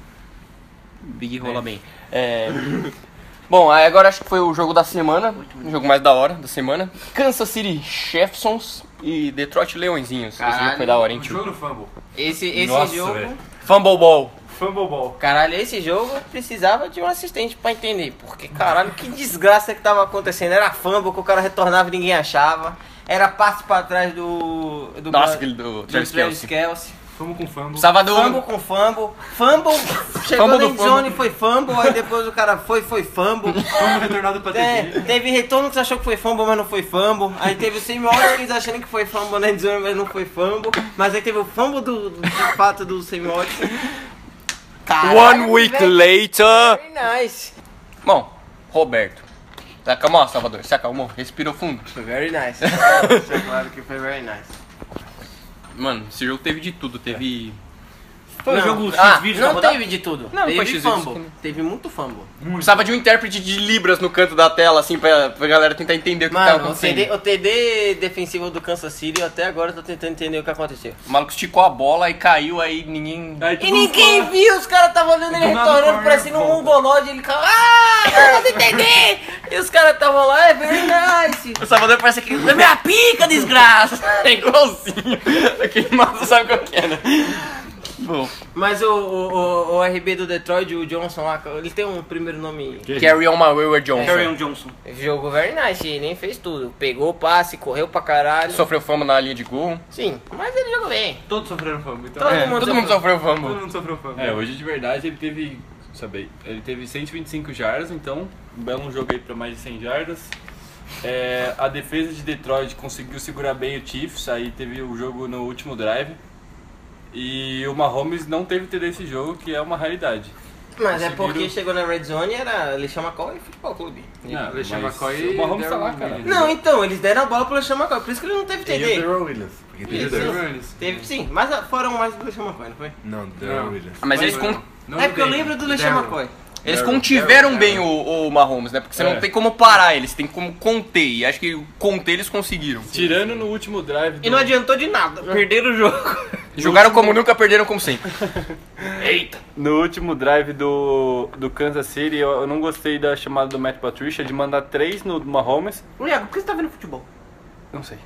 S1: Big rola bem. É. Bom, aí agora acho que foi o jogo da semana, o jogo mais da hora da semana. Kansas City Chefsons e Detroit Leõezinhos. Esse jogo
S4: Caralho.
S1: foi da hora, hein, tio?
S6: Jogo do Fumble.
S4: Esse, esse
S5: Nossa,
S4: jogo.
S5: velho.
S1: Fumble Ball.
S6: Fumble Ball.
S4: Caralho, esse jogo precisava de um assistente pra entender. Porque, caralho, que desgraça que tava acontecendo. Era fumble que o cara retornava e ninguém achava. Era passe pra trás do. do
S1: Nossa, aquele do
S4: do
S1: Travis
S4: Travis
S1: Kelce.
S4: Kelce.
S6: Fumble com Fumble.
S1: Precisava do...
S4: Fumble com fumble. Fumble.
S1: Fumble
S4: Chegou na
S1: do
S4: endzone, foi fumble. Aí depois o cara foi, foi fumble.
S6: Fumble retornado pra
S4: É,
S6: TD.
S4: teve retorno que você achou que foi fumble, mas não foi fumble. Aí teve o Sammy Watkins achando que foi fumble na endzone, mas não foi fumble. Mas aí teve o fumble do, do de fato do Sammy Watkins. Caralho,
S1: One week
S4: velho,
S1: later...
S4: Very nice.
S1: Bom, Roberto. Tá calmo, Salvador. Se acalmou. Respirou fundo.
S4: Foi very nice. Isso é claro que foi very nice.
S1: Mano, esse jogo teve de tudo. Teve...
S2: Foi o
S4: Não.
S2: jogo
S1: Ah,
S2: X-Vídeos da
S4: Não
S2: rodada?
S4: teve de tudo.
S1: Não,
S4: teve
S1: foi X vídeos
S4: fumble.
S1: também.
S4: Teve muito fumble.
S1: Precisava de um intérprete de Libras no canto da tela, assim, pra, pra galera tentar entender o que tava
S4: Mano, o
S1: acontecendo.
S4: TD, o TD defensivo do Kansas City, eu até agora tô tentando entender o que aconteceu.
S1: O maluco esticou a bola e caiu, aí ninguém...
S6: Aí todo
S4: E
S6: mundo
S4: ninguém
S6: fala,
S4: viu, os caras estavam olhando ele
S6: Do nada,
S4: retornando,
S6: corner,
S4: parecendo um
S6: volta.
S4: mongolode, ele ficava, ah, eu não entendi! E os caras estavam lá, é verdade!
S1: O Salvador parece aquele. "Na Minha pica, desgraça! É igualzinho. Aquele maluco sabe qual que é, né? Bom.
S4: Mas o, o, o, o RB do Detroit, o Johnson lá, ele tem um primeiro nome.
S1: Carry on my wayward Johnson.
S2: Carrion Johnson.
S4: Jogou very nice, ele nem fez tudo. Pegou o passe, correu pra caralho.
S1: Sofreu fama na linha de gol.
S4: Sim, mas ele jogou bem.
S6: Todos sofreram Fumble. Então,
S4: Todo
S6: é,
S4: mundo
S1: Todo mundo
S4: sofreu.
S1: sofreu
S6: todo
S1: fama.
S6: mundo sofreu Fumble.
S5: É, hoje de verdade ele teve, sabe, ele teve 125 jardas, então um belo jogo aí pra mais de 100 jardas. É, a defesa de Detroit conseguiu segurar bem o Chiefs, aí teve o jogo no último drive. E o Mahomes não teve TD esse jogo, que é uma raridade.
S4: Mas é
S5: Conseguiram-
S4: porque chegou na Red Zone e era Alexandre McCall e Futebol Clube.
S5: Não,
S6: Alexandre
S5: Ah, mas
S6: McCoy
S5: o Mahomes tá
S6: deram
S5: lá,
S6: um
S5: cara.
S6: milhão.
S4: Não, então, eles deram a bola pro Alexandre McCall, por isso que ele não teve
S3: E o
S4: TD.
S3: Darrell Williams. Porque teve
S6: E
S4: Isso.
S6: o
S3: o Darrell-
S6: Darren Williams.
S4: Teve sim, mas a- foram mais do Alexandre McCoy, não foi?
S3: Não, Darrell
S6: Não.
S3: Williams.
S1: Ah, Mas eles, con-
S6: Não, não
S4: é porque eu
S6: dele.
S4: lembro do
S6: Darren.
S4: Alexandre McCoy.
S1: eles
S5: Darryl,
S1: contiveram
S5: Darryl,
S1: bem o, o Mahomes, né? Porque você
S5: É.
S1: não tem como parar eles, tem como conter. E acho que conter eles conseguiram.
S5: Tirando no último drive.
S4: E não adiantou de nada, perderam o jogo.
S1: Jogaram como nunca, perderam como sempre.
S5: No último drive do, do Kansas City, eu, eu não gostei da chamada do Matt Patricia de mandar três no Mahomes.
S2: Ô, Iago, por que você tá vendo futebol?
S5: Não sei.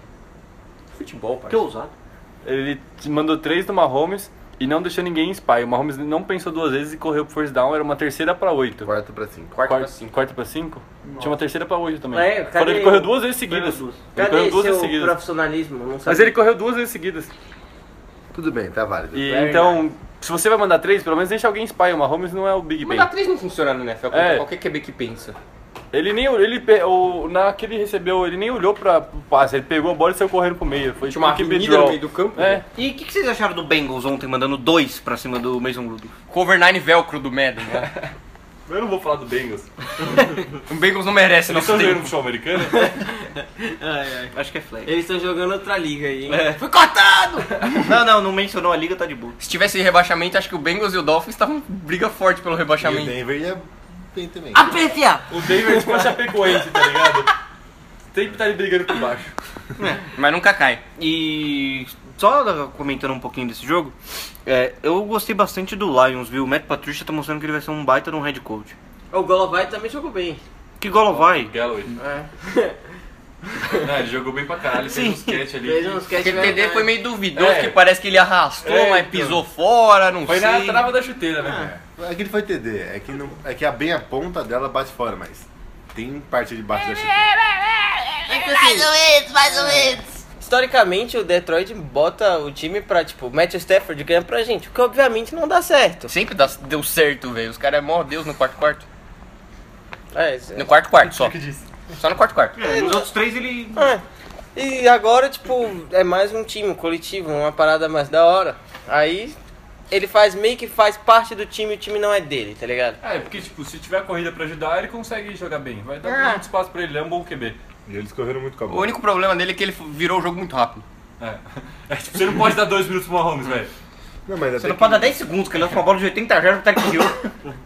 S5: Futebol,
S2: Que ousado.
S5: Ele te mandou três no Mahomes e não deixou ninguém em spy. O Mahomes não pensou duas vezes e correu pro first down. Era uma terceira pra oito.
S3: Quarto pra cinco.
S5: Quarta, pra cinco. Quarta pra cinco? Tinha uma terceira pra oito também.
S4: É,
S5: Fora
S4: cadê
S5: ele correu
S4: o-
S5: duas vezes seguidas.
S2: Correu duas.
S5: Ele correu duas vezes seguidas.
S4: profissionalismo? Não
S5: Mas ele correu duas vezes seguidas.
S3: Tudo bem, tá válido.
S5: E então, se você vai mandar três, pelo menos deixa alguém em spy. O Mahomes não é o Big Ben.
S1: Mas a 3 não funciona no NFL, contra
S5: É.
S1: qualquer QB que pensa.
S5: Ele nem ele pe- o, na que ele recebeu, ele nem olhou pra pro passe, ele pegou a bola e saiu correndo pro meio. Foi
S1: Tinha uma
S5: tipo um QB
S1: avenida no
S5: draw.
S1: meio do campo.
S5: É.
S1: né?
S2: E o que, que vocês acharam do Bengals ontem mandando dois pra cima do Mason Rudolph?
S1: Cover 9 velcro do Madden, né?
S5: Eu não vou falar do Bengals.
S1: O Bengals não merece
S5: Eles
S1: nosso
S5: estão jogando
S1: tempo.
S5: futebol americano?
S2: Acho que é flag.
S4: Eles estão jogando outra liga aí, hein?
S5: né?
S1: Fui cortado!
S2: não, não, não mencionou a liga, tá de boa.
S1: Se tivesse rebaixamento, acho que o Bengals e o Dolphins estavam briga forte pelo
S3: E o
S1: rebaixamento.
S3: Denver ia bem também.
S2: A PFA!
S5: O Denver tipo a Chapecoense, tá ligado? Sempre tá ali brigando por baixo.
S1: Mas nunca cai.
S2: E só da- comentando um pouquinho desse jogo, é, eu gostei bastante do Lions, viu? O Matt Patricia tá mostrando que ele vai ser um baita de um head coach.
S4: O Golovai também jogou bem.
S2: Que golo vai?
S5: Galloway. Não, ele jogou bem pra caralho, fez uns catch ali.
S4: Fez uns catch
S1: Aquele
S4: vai-
S1: TD foi meio duvidoso,
S5: É.
S1: que parece que ele arrastou,
S5: É,
S1: mas
S5: então.
S1: pisou fora, não
S5: Foi
S1: sei.
S5: na trava da chuteira, né?
S3: Aquele foi TD, é que, não, é que a bem a ponta dela bate fora, mas tem parte de baixo da chuteira.
S4: É que, assim, Historicamente, o Detroit bota o time pra, tipo, Matthew Stafford ganha pra gente, o que obviamente não dá certo.
S1: Sempre dá- deu certo, velho. Os caras é mó Deus no quarto quarto.
S4: É, isso-
S1: No quarto quarto só. Só no quarto quarto.
S2: É, nos outros três ele.
S4: É. E agora, tipo, é mais um time, um coletivo, uma parada mais da hora. Aí ele faz meio que faz parte do time, o time não é dele, tá ligado?
S5: É, porque tipo, se tiver corrida pra ajudar, ele consegue jogar bem. Vai dar muito espaço pra ele, ele é um bom QB.
S3: E eles correram muito com a
S1: O
S3: bola.
S1: único problema dele é que ele virou o jogo muito rápido.
S5: É. É, tipo, você não pode dar dois minutos pro Mahomes, velho.
S3: Não, mas
S2: Você
S3: até
S2: não pode dar
S3: que
S2: 10 segundos, que ele lança uma bola de 80 jardas até que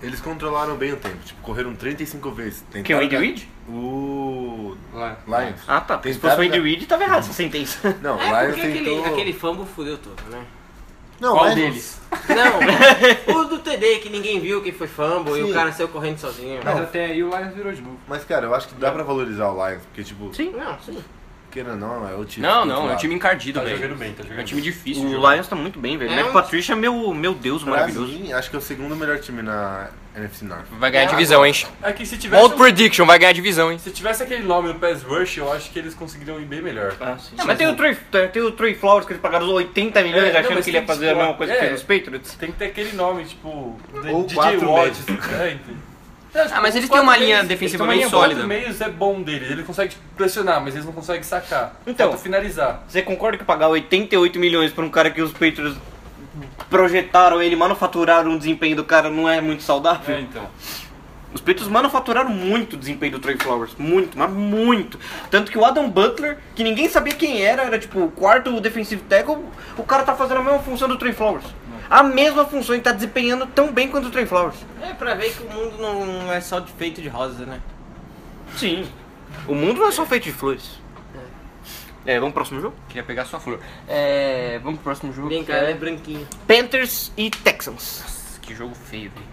S3: eles controlaram bem o tempo, tipo, correram 35 vezes.
S2: Que é o
S3: Tentaram
S2: Andy
S3: dar-
S2: Reid?
S3: O
S6: Lá.
S3: Lions.
S2: Ah tá, porque se fosse o Andy Reid, tava errado essa sentença.
S3: Não, o
S4: É
S3: Lions
S4: porque aquele,
S3: tentou...
S4: aquele fumble fudeu tudo, né?
S3: Não,
S5: Qual
S3: Lions-
S5: deles?
S4: Não, o do TD que ninguém viu que foi fumble e
S3: Sim.
S4: o cara saiu correndo sozinho.
S6: Mas até aí o Lions virou de novo.
S3: Mas, cara, eu acho que dá pra valorizar o Lions, porque, tipo,
S2: Sim.
S4: Não, sim.
S3: queira ou não, é o time.
S1: Não, não, é um
S3: controlado.
S1: time encardido,
S5: Tá
S1: velho.
S5: jogando bem, tá jogando
S1: É um
S5: bem.
S1: time difícil. de
S2: O
S1: jogar.
S2: Lions tá muito bem, velho.
S4: É,
S2: Matt
S4: um-
S2: Patricia, meu, meu Deus,
S3: Pra
S2: maravilhoso.
S3: mim, acho que é o segundo melhor time na NFC North.
S1: Vai ganhar divisão, hein?
S5: É que se tivesse.
S1: Bold
S5: um-
S1: prediction, vai ganhar divisão, hein?
S5: Se tivesse aquele nome no Pass Rush, eu acho que eles conseguiriam ir bem melhor.
S2: Ah, sim. mas tem o, Trey, tem o Trey Flowers que eles pagaram os 80 milhões
S5: É, não,
S2: achando
S5: mas
S2: que ele ia
S5: tem
S2: fazer
S5: que
S2: a mesma coisa que
S5: é.
S2: fez nos Patriots.
S5: Tem que ter aquele nome, tipo. de-
S3: Ou
S5: DJ
S3: quatro
S5: Watts. É, então.
S1: Ah, mas eles têm uma linha
S5: Então,
S1: defensiva
S5: mas
S1: bem
S5: em quatro
S1: sólida.
S5: meios é bom deles. Ele consegue tipo, pressionar, mas eles não conseguem sacar.
S2: Então.
S5: Falta finalizar.
S2: Você concorda que pagar 88 milhões pra um cara que os Patriots projetaram ele, manufaturaram o desempenho do cara não é muito saudável?
S5: É, então.
S2: Os Patriots manufaturaram muito o desempenho do Trey Flowers. Muito, mas muito. Tanto que o Adam Butler, que ninguém sabia quem era, era tipo o quarto defensive tackle, o cara tá fazendo a mesma função do Trey Flowers. A mesma função e tá desempenhando tão bem quanto o Trey Flowers.
S4: É pra ver que o mundo não, não é só de feito de rosa, né?
S2: Sim. O mundo não é só feito de flores. É, vamos pro próximo jogo?
S1: Queria pegar sua flor. É. Vamos pro próximo jogo.
S4: Vem
S1: que
S4: cá, ele é
S2: né?
S1: é-
S4: branquinho.
S2: Panthers e Texans.
S1: Nossa, Que jogo feio, velho.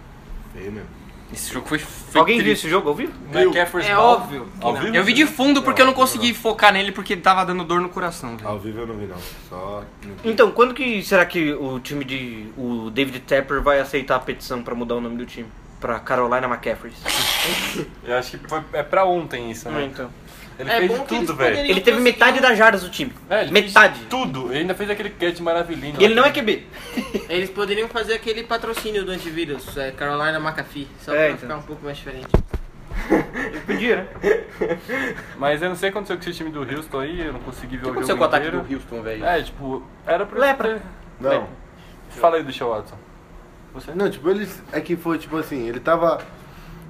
S3: Feio É mesmo.
S1: Esse jogo foi feio.
S2: Alguém viu esse jogo ao vivo?
S5: McCaffrey's
S4: É
S5: Ball.
S4: óbvio. que
S5: Ao
S4: não.
S5: vivo?
S1: Eu vi de fundo porque eu não consegui focar nele porque tava dando dor no coração, velho.
S3: Ao vivo eu não vi, não. Só.
S2: Então, quando que será que o time de. o David Tepper vai aceitar a petição pra mudar o nome do time? Pra Carolina McCaffrey.
S5: Eu acho que foi, é pra ontem isso, né?
S2: então.
S5: Ele
S4: É
S5: fez
S4: bom
S5: de
S4: que eles
S5: tudo, velho.
S4: poderiam
S2: Ele teve
S4: conseguir-
S2: metade das jardas do time.
S5: É, ele fez
S2: metade.
S5: Tudo. Ele ainda fez aquele catch maravilhoso.
S2: E ele não é QB.
S4: Eles poderiam fazer aquele patrocínio do antivírus, é, Carolina McAfee, só
S2: É,
S4: pra
S2: então.
S4: ficar um pouco mais diferente.
S2: Podia, né?
S5: Mas eu não sei o que aconteceu com esse time do Houston aí, eu não consegui ver o, jogo
S1: aconteceu com é o ataque
S5: inteiro.
S1: do Houston, velho?
S5: É, tipo, era pra...
S2: Lepra.
S3: Não.
S5: Fala aí do Show Watson.
S4: você?
S3: Não, tipo, eles. É que foi tipo assim, ele tava.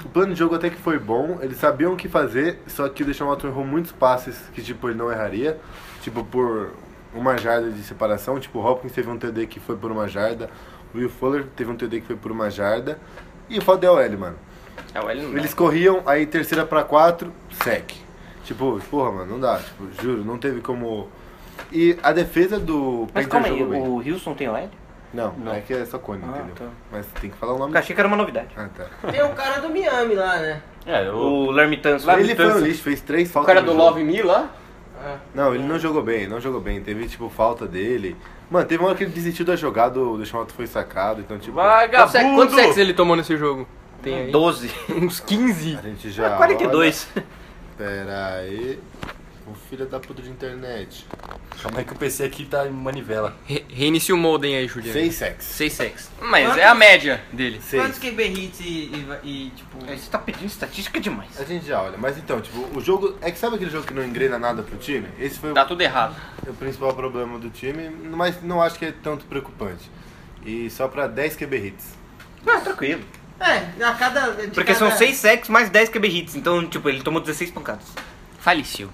S3: O plano de jogo até que foi bom, eles sabiam o que fazer, só que o Deshaun Watson errou muitos passes que, tipo, ele não erraria. Tipo, por uma jarda de separação. Tipo, o Hopkins teve um TD que foi por uma jarda. O Will Fuller teve um TD que foi por uma jarda. E o Fadel L, mano.
S1: É, o L não dá.
S3: Eles corriam, aí terceira pra quatro, sec. Tipo, porra, mano, não dá. Tipo, juro, não teve como. E a defesa do
S2: Mas
S3: Painter
S2: calma aí,
S3: jogou bem.
S2: o Wilson tem OL?
S3: Não, é que é só cone,
S2: Ah,
S3: entendeu?
S2: tá.
S3: Mas tem que falar o nome.
S2: Eu achei que era uma novidade.
S3: Ah, tá.
S4: Tem o cara do Miami lá, né?
S5: É, o...
S2: O Lermitanso.
S3: ele foi um lixo, fez três
S1: O
S3: faltas.
S1: cara
S3: no
S1: do
S3: jogo.
S1: Love É. Me lá?
S3: Não, ele não jogou bem, não jogou bem. Teve, tipo, falta dele. Mano, teve uma hora que ele desistiu da jogada, o Deshaun foi sacado, então, tipo...
S1: Quantos
S2: é
S1: sec- Quantos sacks ele tomou nesse jogo? Tem aí?
S2: 12.
S1: Uns 15.
S3: A gente já...
S2: Ah, 42.
S3: olha. Pera aí... O filho da puta de internet.
S5: Calma aí que o PC aqui tá em manivela.
S1: Re- reinicia o modem aí, Juliano.
S3: Seis sacks.
S1: 6 sacks. Mas é a média dele.
S4: Quantos
S3: Seis.
S4: que hits e, e, e, tipo.
S2: Você tá pedindo estatística demais.
S3: A gente já olha. Mas então, tipo, o jogo... É que sabe aquele jogo que não engrena nada pro time? Esse foi o
S1: Tá tudo errado.
S3: o principal problema do time, mas não acho que é tanto preocupante. E só pra 10 QB hits.
S2: Ah, tranquilo.
S4: É, a cada. de
S2: Porque são
S4: cada-
S2: 6 sacks mais 10 QB hits. Então, tipo, ele tomou 16 pancadas.
S1: Faleceu.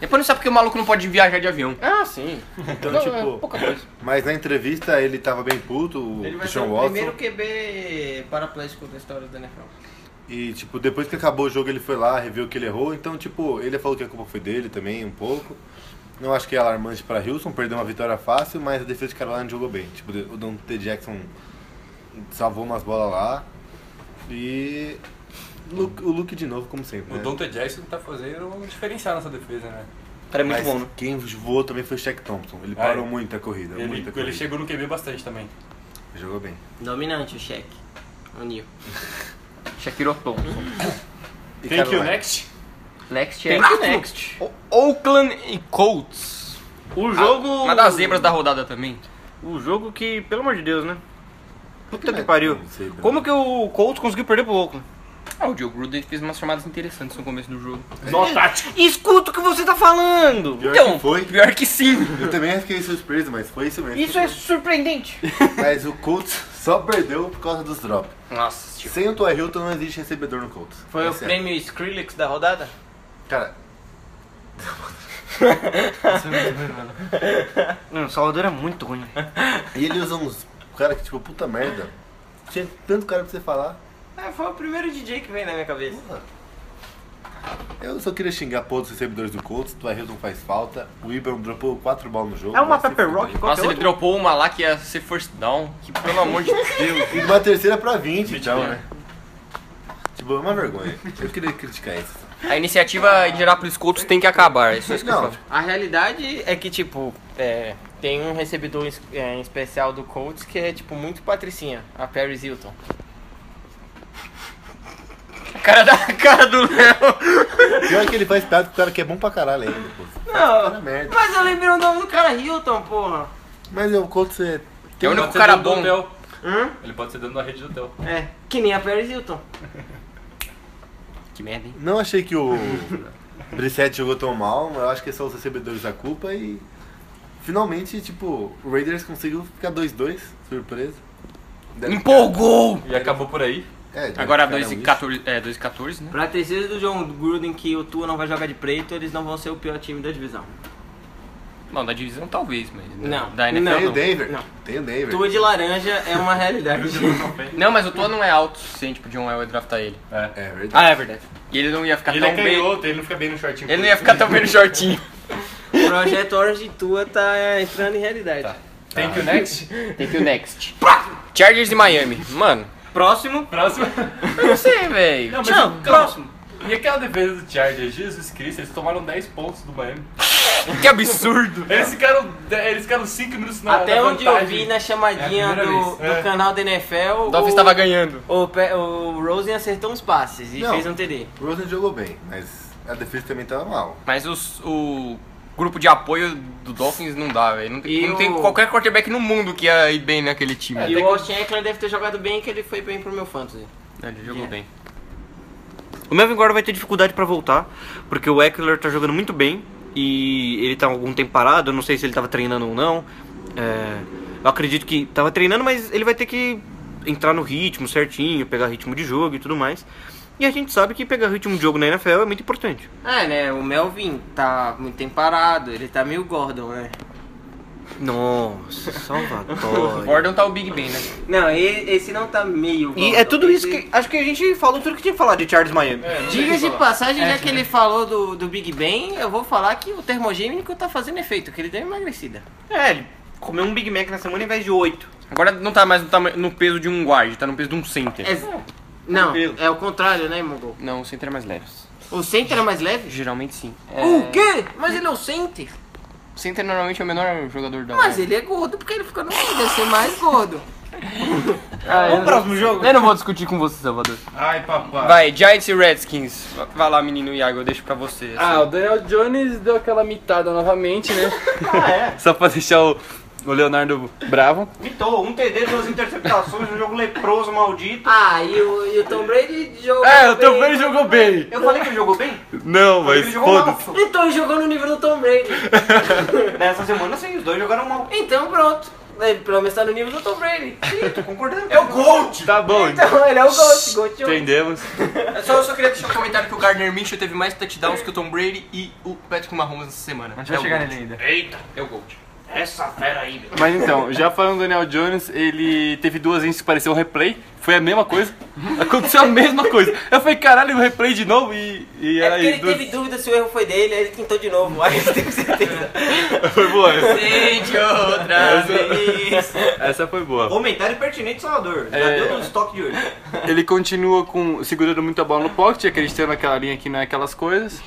S1: Depois não sabe porque o maluco não pode viajar de avião.
S2: Ah, sim.
S3: Então,
S1: Não, é
S3: tipo...
S1: pouca coisa.
S3: Mas na entrevista ele tava bem puto, o
S4: Ele vai ser
S3: Christian
S4: o
S3: Watson.
S4: primeiro QB paraplégico da história da NFL.
S3: E, tipo, depois que acabou o jogo, ele foi lá, reviu que ele errou. Então, tipo, ele falou que a culpa foi dele também, um pouco. Não acho que é alarmante pra Houston, perdeu uma vitória fácil, mas a defesa de Carolina jogou bem. Tipo, o Dante Jackson salvou umas bolas lá. E. Lu- o Luke de novo, como sempre.
S5: O
S3: né?
S5: Dante Jackson tá fazendo um diferencial nessa defesa, né?
S2: Era muito
S3: Mas
S2: bom, né?
S3: quem voou também foi o Shaq Thompson. Ele
S5: Ah,
S3: parou
S5: é.
S3: muita corrida,
S5: Ele,
S3: muita
S5: ele
S3: corrida.
S5: chegou no QB bastante também.
S3: Jogou bem.
S4: Dominante o cheque. O Nil.
S1: Shakiro Thompson.
S3: E
S5: Thank you,
S3: Carolina?
S5: next.
S2: Next é.
S1: Tem que next. Oakland e Colts.
S2: O jogo.
S1: Ah, Uma das zebras da rodada também.
S2: O jogo que, pelo amor de Deus, né? Puta que
S3: Não
S2: pariu.
S3: sei, Bruno.
S2: Como que o Colts conseguiu perder pro Oakland?
S1: Ah, o Joe Gruden fez umas chamadas interessantes no começo do jogo.
S5: Nó tático.
S2: Escuta o que você tá falando!
S3: Pior
S1: Então,
S3: que foi.
S1: pior que sim.
S3: Eu também fiquei surpreso, mas foi isso mesmo.
S2: Isso é surpreendente!
S3: Mas o Colts só perdeu por causa dos drops.
S1: Nossa, tio.
S3: Sem o Tua Hilton não existe recebedor no Colts.
S4: Foi o
S3: Esse é.
S4: prêmio Skrillex da rodada?
S3: Cara,
S2: Não, o Salvador é muito ruim.
S3: e ele usa uns cara que tipo, puta merda. Tinha tanto cara pra você falar.
S4: É, foi o primeiro DJ que veio na minha cabeça.
S3: Eu só queria xingar todos os recebedores do Colts. Tua Hilton faz falta. O Ibram dropou quatro bolas no jogo.
S2: É uma
S3: Vai se
S2: Pepper
S3: fuder.
S2: Rock
S1: Nossa,
S2: qualquer
S1: ele
S2: outra.
S1: dropou uma lá que ia ser first down. Que pelo amor de Deus.
S3: E de uma terceira pra 20, então,
S5: bem.
S3: né? Tipo, é uma vergonha. Eu queria criticar isso.
S1: A iniciativa em Indianapolis Colts tem que acabar. Isso é isso que eu
S3: Não,
S1: falo.
S4: A realidade é que, tipo, é, tem um recebedor es- é, em especial do Colts que é, tipo, muito patricinha, a Paris Hilton.
S1: Cara da cara do Léo.
S3: pior que ele faz piada com o cara que é bom pra caralho ainda, pô.
S4: Não,
S3: Cara merda.
S4: mas eu lembrei o nome do cara Hilton, porra.
S3: Mas o Colts é...
S1: É o
S5: Ele
S1: único
S5: pode ser
S1: cara
S5: dono do
S1: bom.
S5: hotel.
S4: Hum?
S5: Ele pode ser dono da rede do hotel.
S4: É, que nem a Paris Hilton.
S1: Que merda, hein?
S3: Não achei que o Brissette jogou tão mal, mas eu acho que são os recebedores da culpa e... Finalmente, tipo, o Raiders conseguiu ficar 2-2, surpresa.
S5: Um
S3: Deve-
S1: Empolgou!
S5: E acabou por aí.
S3: É, deve
S1: Agora
S3: ficar na
S1: 2 e
S3: Wish.
S1: 14, é, 2 e 14, né?
S4: Pra tristeza do John Gruden que o Tua não vai jogar de preto, eles não vão ser o pior time da divisão.
S1: Não, da divisão talvez, mas...
S4: Não,
S1: Da NFL
S3: Tem
S1: não.
S3: o Denver.
S4: Não.
S3: Tem o Denver.
S4: Tua de laranja é uma realidade.
S1: Não, mas o Tua não é alto o suficiente pro John Elway draftar ele.
S5: É.
S3: É verdade.
S4: ah, é verdade.
S1: E ele não ia ficar
S5: Ele
S1: tão
S5: é
S1: bem...
S5: canhoto, ele é não fica bem no shortinho.
S1: Ele não ia ficar tão bem no shortinho.
S4: O projeto Orange Tua tá entrando em realidade.
S5: Thank you, next.
S1: Tem que o next. Chargers e Miami. Mano,
S4: Próximo.
S5: Próximo.
S1: eu não sei, velho.
S5: mas-
S4: Não,
S5: calma.
S4: próximo.
S5: E aquela defesa do Chargers, Jesus Cristo, eles tomaram 10 pontos do Miami.
S1: Que absurdo.
S5: Eles ficaram, eles ficaram 5 minutos na
S4: Até
S5: na
S4: onde eu
S5: vantagem.
S4: vi né? na chamadinha
S5: É a primeira
S4: do,
S5: vez.
S4: do
S5: É.
S4: canal da NFL,
S1: O Dolphins tava ganhando.
S4: o, Pe- o Rosen acertou uns passes e
S3: Não.
S4: fez um TD.
S3: O Rosen jogou bem, mas a defesa também tava mal.
S1: Mas os- o grupo de apoio do Dolphins não dá, velho. Não, tem-
S4: E
S1: não tem
S4: o-
S1: qualquer quarterback no mundo que ia ir bem naquele time.
S4: E o Austin Eckler deve ter jogado bem, que ele foi bem pro meu fantasy.
S1: Ele jogou bem.
S2: O Melvin Gordon vai ter dificuldade pra voltar, porque o Eckler tá jogando muito bem e ele tá há algum tempo parado, eu não sei se ele tava treinando ou não. É, eu acredito que tava treinando, mas ele vai ter que entrar no ritmo certinho, pegar ritmo de jogo e tudo mais. E a gente sabe que pegar ritmo de jogo na NFL é muito importante.
S4: É, né? O Melvin tá muito tempo parado, ele tá meio Gordon, né?
S2: Nossa,
S1: O
S2: Salvador.
S1: Gordon tá o Big Ben, né?
S4: Não, e- esse não tá meio Gordon.
S2: E é tudo isso
S4: esse-
S2: que. Acho que a gente falou tudo que tinha que falar de Charles Miami.
S4: Diga-se de passagem,
S2: É,
S4: já que ele falou do, do Big Ben, eu vou falar que o termogênico tá fazendo efeito, que ele deu uma emagrecida.
S2: É, ele comeu um Big Mac na semana em vez de oito.
S1: Agora não tá mais no, tama- no peso de um guard, tá no peso de um center.
S4: É- Não,
S2: Tranquilo.
S4: é o contrário, né, Mogol?
S1: Não, o center é mais leve.
S4: O center é mais leve?
S1: Geralmente sim. Uh,
S4: O quê? Mas ele é o center.
S1: O center normalmente é o menor jogador da
S4: Mas
S1: liga.
S4: ele é gordo porque ele ficou no meio, deve ser mais gordo.
S1: Ah, eu,
S2: próximo jogo?
S1: não, eu não vou discutir com você, Salvador.
S6: Ai, papai.
S1: Vai, Giants e Redskins. Vai lá, menino Iago, eu deixo pra você. assim.
S5: Ah, o Daniel Jones deu aquela mitada novamente, né? ah, é? Só pra deixar o, o Leonardo bravo.
S2: Mitou, um TD, duas interceptações, um jogo leproso, maldito.
S4: Ah, e o, e o Tom Brady jogou.
S5: É,
S4: bem.
S5: o teu bem jogou bem.
S2: Eu falei que ele jogou bem?
S5: Não,
S2: Ele
S5: mas
S2: jogou
S5: foda-se.
S2: mal.
S4: Então ele jogou no nível do Tom Brady.
S2: Nessa semana sim, os dois jogaram mal.
S4: Então pronto. Ele pelo menos tá no nível do Tom Brady.
S2: Eu tô concordando. É o Gold!
S5: Tá bom,
S4: Então ele é o Gold, Gold Jones.
S5: entendemos.
S1: Eu só, eu só queria deixar um comentário que o Gardner Minshew teve mais touchdowns que o Tom Brady e o Patrick Mahomes essa semana.
S6: A gente vai
S1: é o
S6: chegar
S1: Gold.
S6: nele ainda.
S1: É o Gold.
S5: Mas então, já falando do Daniel Jones, ele teve duas vezes que pareceu um replay, foi a mesma coisa, aconteceu a mesma coisa. Eu falei, caralho, o replay de novo e, e
S4: É
S5: era
S4: porque ele
S5: aí. Duas...
S4: teve dúvida se o erro foi dele, aí ele tentou de novo. Aí ele teve certeza.
S5: Foi boa essa.
S4: Gente, outra vez.
S5: Essa foi boa.
S2: Comentário pertinente, Salvador. Já
S5: É.
S2: deu no estoque de hoje.
S5: Ele continua com segurando muito a bola no pocket, acreditando naquela linha que não é aquelas coisas.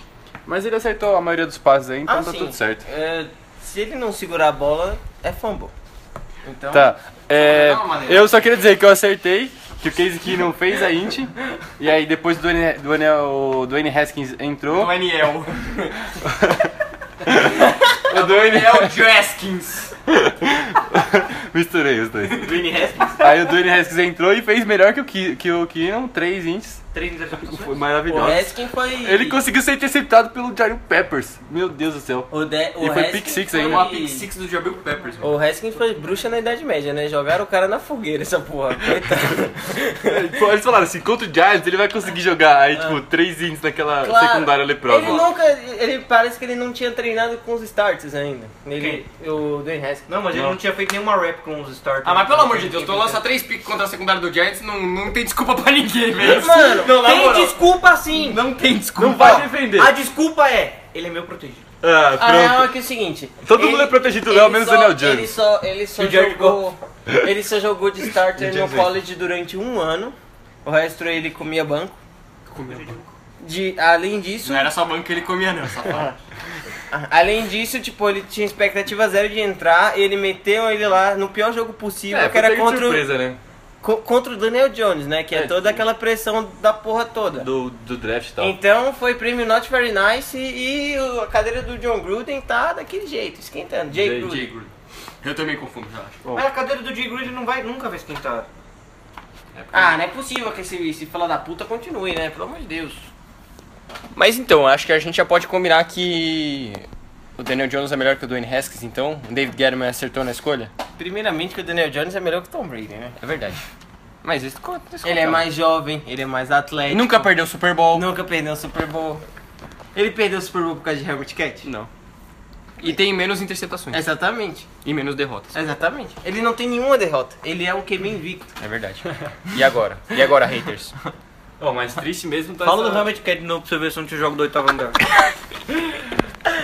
S5: Mas ele acertou a maioria dos passes aí, então
S4: Ah,
S5: tá
S4: sim.
S5: tudo certo.
S4: É, se ele não segurar a bola, é fumble. Então.
S5: Tá. É,
S4: Calma, né?
S5: eu só queria dizer que eu acertei, que o Case que não fez a int. E aí depois do Dwayne, Dwayne, o Dwayne Haskins entrou.
S6: Daniel.
S5: O Dwayne,
S1: É o Jaskins.
S5: misturei os dois.
S2: Vini Hess,
S5: Aí o Dwayne Haskins entrou e fez melhor que o, Ki, que o Keenum, três ints.
S2: três interceptações.
S5: Foi
S4: O
S5: maravilhoso.
S4: Reskin foi.
S5: Ele conseguiu ser interceptado pelo Jairo Peppers. Meu Deus do céu.
S4: O de... o
S5: E foi
S4: Haskins
S5: pick six
S4: foi-
S5: ainda. Uma
S1: Pick six do Jabril Peppers.
S4: O Haskins foi bruxa na Idade Média, né? Jogaram o cara na fogueira, essa porra. Coitado.
S1: É, tipo,
S5: Eles falaram assim, contra o Giants ele vai conseguir jogar. Aí,
S1: Ah.
S5: tipo, três ints naquela
S4: Claro.
S5: secundária leprosa.
S4: Ele nunca. Ele parece que ele não tinha treinado com os starters ainda. Ele, o Dwayne Haskins.
S2: Não, mas ele não tinha feito nenhuma rap com os starters.
S1: Ah, mas pelo amor de Deus, tu lança três picks contra a secundária do Giants, não, não tem desculpa pra ninguém, velho.
S4: Mano,
S2: Não, na
S4: tem
S2: moral.
S4: desculpa sim.
S1: Não tem desculpa.
S5: Não Ah, vai defender.
S2: A desculpa é, ele é meu protegido.
S5: Ah,
S4: A
S5: pronto.
S4: real é que é o seguinte.
S5: Todo mundo é protegido,
S4: ele
S5: Léo, menos
S4: só-
S5: Daniel Jones.
S4: Ele só, ele só
S2: E o Jared
S4: jogou. Ele só jogou de starter no
S5: Jones.
S4: college durante um ano. O resto ele comia banco. De, além disso,
S1: Não era só banco que ele comia, não, safado.
S4: além disso, tipo, ele tinha expectativa zero de entrar, ele meteu ele lá no pior jogo possível,
S5: É,
S4: que
S5: foi pego
S4: era
S5: de
S4: contra, o-
S5: surpresa, né?
S4: co- contra o Daniel Jones, né? Que é,
S5: É,
S4: toda aquela pressão da porra toda.
S5: Do, do draft tá. e tal.
S4: Então foi prêmio Not Very Nice e, e o- a cadeira do John Gruden tá daquele jeito, esquentando. Jay
S5: Jay-
S4: Gruden.
S1: Jay Gruden. Eu também confundo, já acho.
S2: Mas a cadeira do Jay Gruden não vai, nunca vai esquentar.
S4: Ah, não é possível que esse, esse fila da puta continue, né? Pelo amor de Deus.
S1: Mas então, acho que a gente já pode combinar que o Daniel Jones é melhor que o Dwayne Haskins, então o David Guerrero acertou na escolha?
S4: Primeiramente que o Daniel Jones é melhor que o Tom Brady, né?
S1: É verdade. Mas isso conta. isso
S4: Ele é
S1: conta.
S4: mais jovem, ele é mais atlético.
S1: Nunca perdeu o Super Bowl.
S4: Nunca perdeu o Super Bowl. Ele perdeu o Super Bowl por causa de Herbert Cat?
S1: Não. E tem menos interceptações.
S4: Exatamente,
S1: E menos derrotas.
S4: exatamente. Ele não tem nenhuma derrota. Ele é um QB invicto.
S1: É verdade. E agora? E agora, haters?
S5: Ó, mas triste mesmo tá
S2: Fala do
S5: essa-
S2: Hamid Cat de novo pra você ver se não te joga do oitavo andar.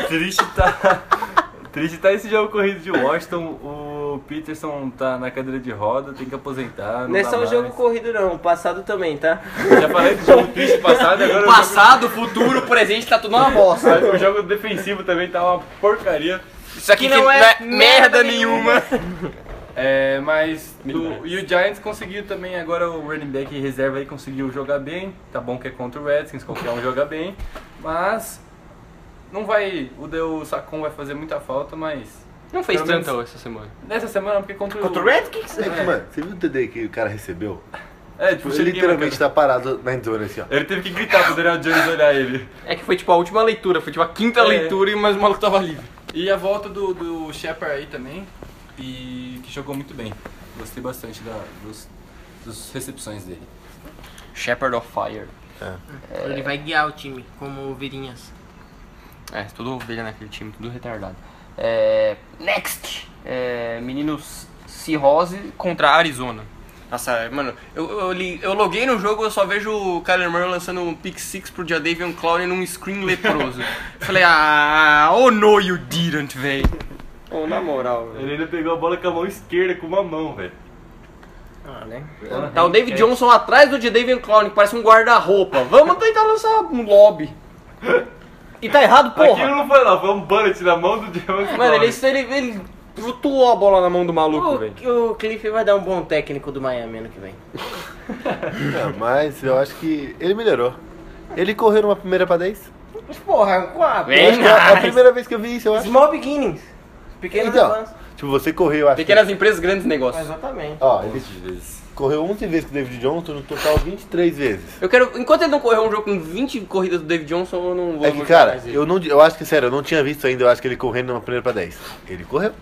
S5: Triste tá. Triste tá esse jogo corrido de Washington. O Peterson tá na cadeira de roda, tem que aposentar.
S4: Não é
S5: dá
S4: só o
S5: mais.
S4: jogo corrido não, o passado também, tá?
S5: Já falei do jogo triste passado, agora o jogo-
S1: Passado, futuro, presente, tá tudo uma bosta.
S5: o jogo, defensivo também tá uma porcaria.
S1: Isso aqui
S4: Que não
S1: que
S4: é merda nenhuma.
S5: É, mas. do- e o Giants conseguiu também, agora o running back reserva aí conseguiu jogar bem. Tá bom que é contra o Redskins, qualquer um joga bem. Mas. Não vai. O, de- o Sacon vai fazer muita falta, mas.
S1: Não fez
S5: Pelo menos-
S1: tanto essa semana.
S5: Nessa semana, porque contra,
S4: Contra o Redskins?
S3: É que, mano, você viu o TD que o cara recebeu?
S5: É, tipo,
S3: Ele literalmente tá parado na endzone assim, ó.
S5: Ele teve que gritar pro Daniel Jones olhar ele.
S1: É que foi tipo a última leitura, foi tipo a quinta
S5: É.
S1: leitura e mais o maluco tava livre.
S5: E a volta do, do Shepard aí também, e que jogou muito bem. Gostei bastante da, dos- das recepções dele.
S1: Shepherd of Fire.
S4: Ele vai guiar o time, como o Virinhas.
S1: É, tudo ovelha naquele time, tudo retardado. É, next! É, meninos Cirrose contra Arizona. Nossa, mano, eu, eu, li- eu loguei no jogo, eu só vejo o Kyler Murray lançando um pick six pro Jadavion Clowney num screen leproso. Falei, ah, oh no you didn't, véi. Ô, na moral,
S5: Ele ainda pegou a bola com a mão esquerda, com uma mão, velho.
S1: Tá o David Johnson atrás do Jadavion Clowney, que parece um guarda-roupa. Vamos tentar lançar um lobby. E tá errado, porra.
S5: Aquilo não foi lá, foi um bullet na mão do Johnson.
S1: Mano, ele, ele, ele flutuou a bola na mão do maluco, velho.
S4: O, o Cliff vai dar um bom técnico do Miami ano que vem.
S3: É, mas eu acho que ele melhorou. Ele correu numa primeira pra 10.
S4: Mas porra, é um quadro.
S1: Bem
S3: Eu acho que é a- a primeira vez que eu vi isso, eu acho.
S4: é Small beginnings. Pequenos
S3: Então,
S4: avanços.
S3: tipo, você correu, eu acho. que-
S1: Pequenas empresas, grandes negócios.
S4: Exatamente.
S3: Ó, ele
S5: vezes.
S3: correu 11 vezes com o David Johnson, no total 23 vezes.
S1: Eu quero. Enquanto ele não correu um jogo com 20 corridas do David Johnson, eu não vou.
S3: É que,
S1: não
S3: cara,
S1: mais ele.
S3: eu, não, eu acho que, sério, eu não tinha visto ainda, eu acho que ele correndo numa primeira pra 10. Ele correu.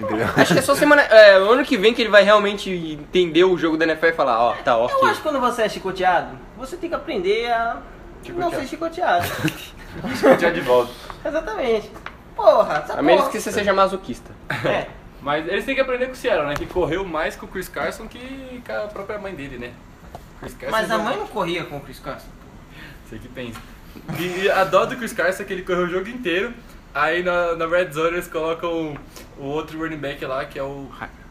S3: Entendeu?
S1: Acho que é só semana. É, o ano que vem que ele vai realmente entender o jogo da NFL e falar, ó, tá, ó.
S4: Eu acho
S1: aqui.
S4: que quando você é chicoteado, você tem que aprender a não ser chicoteado.
S5: Já de volta.
S4: Exatamente. Porra, essa
S1: A menos
S4: porra.
S1: que você seja masoquista.
S4: É.
S5: Mas eles têm que aprender com o Seattle, né? Que correu mais com o Chris Carson que com a própria mãe dele, né? Chris Carson
S4: Mas a
S5: já-
S4: mãe não corria com o Chris Carson.
S5: Você que pensa. E e a dó do Chris Carson é que ele correu o jogo inteiro. Aí na, na Red Zone eles colocam o outro running back lá, que é o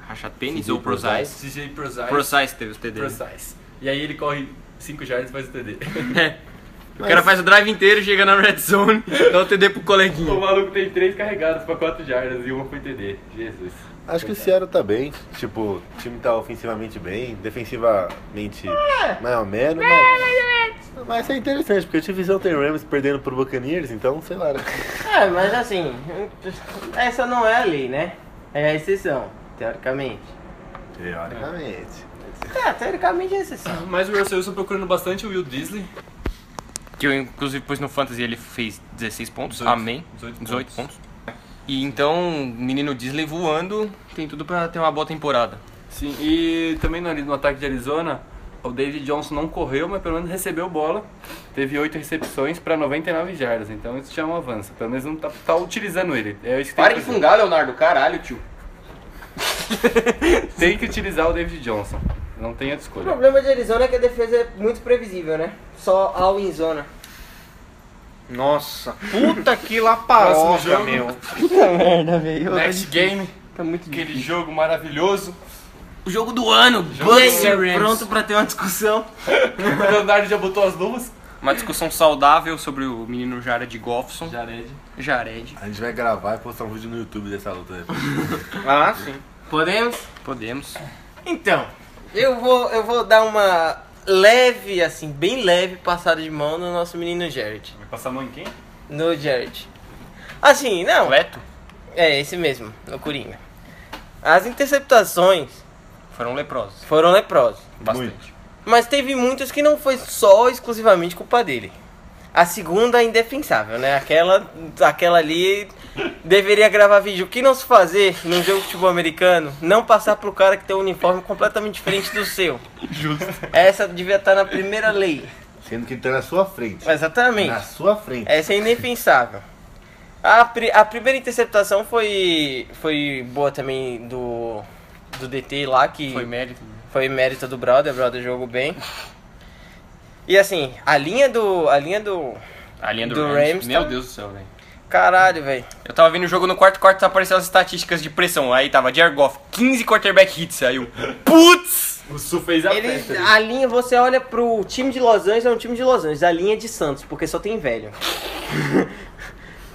S1: Racha tênis ou prosais?
S5: CJ Prozais.
S1: Prosais teve os TD.
S5: Prozais. E aí ele corre 5 jardas e faz o TD.
S1: O cara faz o drive inteiro, chega na red zone, dá o TD pro
S5: o
S1: coleguinha.
S5: maluco tem 3 carregadas pra 4 jardas e uma foi TD. Jesus.
S3: Acho que o Seattle tá bem. Tipo, o time tá ofensivamente bem, defensivamente mais ou menos. É. Mas, mas é interessante, porque o divisão tem Rams perdendo pro Buccaneers, então sei lá. né?
S4: É, mas assim, essa não é a lei, né? É a exceção, teoricamente.
S3: Teoricamente.
S4: É, teoricamente é a exceção.
S5: Mas o Russell Wilson procurando bastante o Will Disley.
S1: Que eu, inclusive, pus no Fantasy ele fez 16 pontos.
S5: 18.
S1: Amém.
S5: 18
S1: 18 pontos. E então, menino Disney voando, tem tudo pra ter uma boa temporada.
S5: Sim, e também no, no ataque de Arizona, o David Johnson não correu, mas pelo menos recebeu bola. Teve 8 recepções pra 99 jardas, então isso já é um avanço. Pelo menos não tá, tá utilizando ele. É isso que tem que fazer.
S1: Leonardo, caralho, tio.
S5: Tem que utilizar o David Johnson. Não tem outra
S4: O
S5: escolha.
S4: problema de Arizona é que a defesa é muito previsível, né? Só all in zona.
S2: Nossa, puta que laparoca,
S5: jogo.
S2: meu.
S4: Puta merda, velho.
S5: Next game,
S4: Tá muito
S5: aquele jogo maravilhoso.
S1: O jogo do ano,
S4: E aí,
S1: Bucks e Rams.
S4: pronto pra ter uma discussão?
S5: O Leonardo já botou as luvas.
S1: Uma discussão saudável sobre o menino Jared Goffson.
S5: Jared.
S1: Jared.
S3: A gente vai gravar e postar um vídeo no YouTube dessa luta depois.
S2: Ah, sim.
S4: Podemos?
S1: Podemos.
S4: Então, eu vou, eu vou dar uma leve, assim, bem leve passada de mão no nosso menino Jared.
S5: Vai passar a mão em quem?
S4: No Jared. Assim, não.
S1: Completo?
S4: É, esse mesmo, no Coringa. As interceptações
S1: Foram leprosos.
S4: foram leprosas.
S1: Bastante.
S4: Mas teve muitas que não foi só exclusivamente culpa dele. A segunda é indefensável, né? Aquela, aquela ali deveria gravar vídeo. O que não se fazer num jogo de futebol americano? Não passar pro cara que tem um uniforme completamente diferente do seu. Justo. Essa devia estar na primeira lei.
S3: Sendo que ele tá na sua frente.
S4: Exatamente.
S3: Na sua frente.
S4: Essa é indefensável. A, pri- a primeira interceptação foi, foi boa também do, do DT lá, que
S1: Foi mérito. né?
S4: foi mérito do brother, o brother jogou bem. E assim, a linha do. A linha do.
S1: A linha do,
S4: Do
S1: Rams.
S4: Rams
S1: Meu
S4: tá-
S1: Deus do céu, velho.
S4: Caralho, velho.
S1: Eu tava vendo o jogo no quarto quarto, apareceram as estatísticas de pressão. Aí tava Jared Goff, 15 quarterback hits. Aí eu, putz!
S5: O Su fez a
S4: Ele-
S5: festa.
S4: A linha, você olha pro time de Los Angeles, é um time de Los Angeles. A linha é de Santos, porque só tem velho.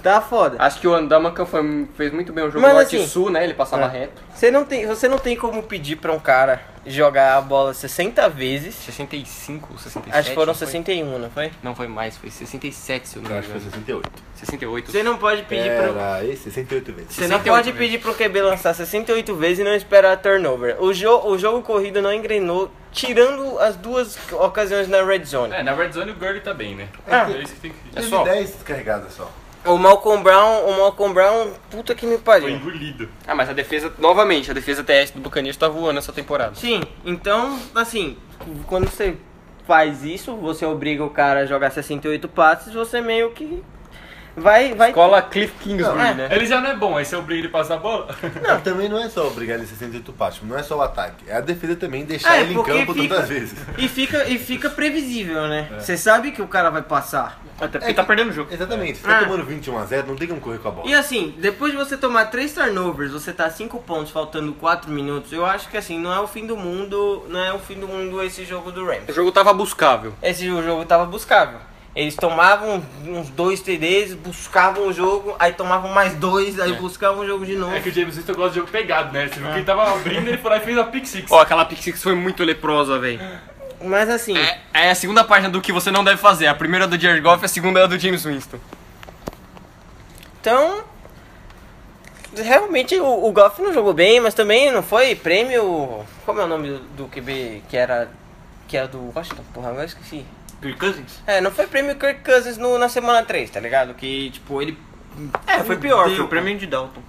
S4: tá foda.
S1: Acho que o Andamacan foi, fez muito bem o jogo
S4: Mas,
S1: norte e
S4: assim,
S1: sul, né? Ele passava reto.
S4: Você não, tem, você não tem como pedir pra um cara jogar a bola 60 vezes.
S1: 65, 67.
S4: Acho que foram
S1: não foi?
S4: 61, não foi?
S1: Não foi mais, foi 67, se eu não
S3: Eu
S1: me
S3: acho que foi
S1: engano.
S3: 68.
S1: 68.
S4: Você não pode pedir
S1: É.
S4: pra.
S3: Era aí, 68 vezes.
S4: Você não
S1: 68
S4: pode
S1: vezes.
S4: pedir pro QB lançar 68 vezes e não esperar turnover. O, jo o jogo corrido não engrenou, tirando as duas ocasiões na red zone.
S5: É, na Red Zone o Gurley tá bem, né?
S4: Ah.
S5: É isso que tem que
S3: Teve
S1: só.
S3: 10 descarregadas só.
S4: O Malcolm Brown, o Malcolm Brown, puta que me
S5: Foi
S4: pariu.
S5: engolido.
S1: Ah, mas a defesa, novamente, a defesa TS do Buccaneers tá voando essa temporada.
S4: Sim, então, assim, quando você faz isso, você obriga o cara a jogar 68 passes, você meio que vai vai
S1: Cola Cliff Kingsbury,
S4: Não, é.
S1: né?
S5: Ele já não é bom, aí você obriga ele a passar a bola.
S3: Não, também não é só obrigar ele a 68 passos, não é só o ataque. É a defesa também deixar
S4: É,
S3: ele em
S4: porque
S3: campo
S4: fica-
S3: tantas vezes.
S4: e fica e fica previsível, né? Você sabe que o cara vai passar.
S2: Até porque tá perdendo o jogo.
S3: Exatamente, se tá
S4: Ah.
S3: tomando 21 a 0, não tem como correr com a bola.
S4: E assim, depois de você tomar três turnovers, você tá 5 pontos faltando 4 minutos. Eu acho que assim, não é o fim do mundo, não é o fim do mundo esse jogo do Rams.
S1: O jogo tava buscável.
S4: Esse o jogo tava buscável. Eles tomavam uns dois TDs, buscavam o jogo, aí tomavam mais dois, aí buscavam o jogo de novo.
S5: É que o James Winston gosta de jogo pegado, né? Você viu que ele tava abrindo, ele foi lá e fez a pick six.
S1: Ó, aquela pick six foi muito leprosa, velho.
S4: Mas assim,
S1: É, é a segunda página do que você não deve fazer. A primeira é do Jared Goff, a segunda é do James Winston.
S4: então. Realmente o, o Goff não jogou bem, mas também não foi prêmio. Como é o nome do, do QB que era. que era do Washington? Porra, agora eu esqueci.
S2: Kirk Cousins?
S4: É, não foi prêmio Kirk Cousins no, na semana 3, tá ligado? Que tipo, ele.
S2: É, foi pior,
S4: Deu,
S2: foi o prêmio de Dalton.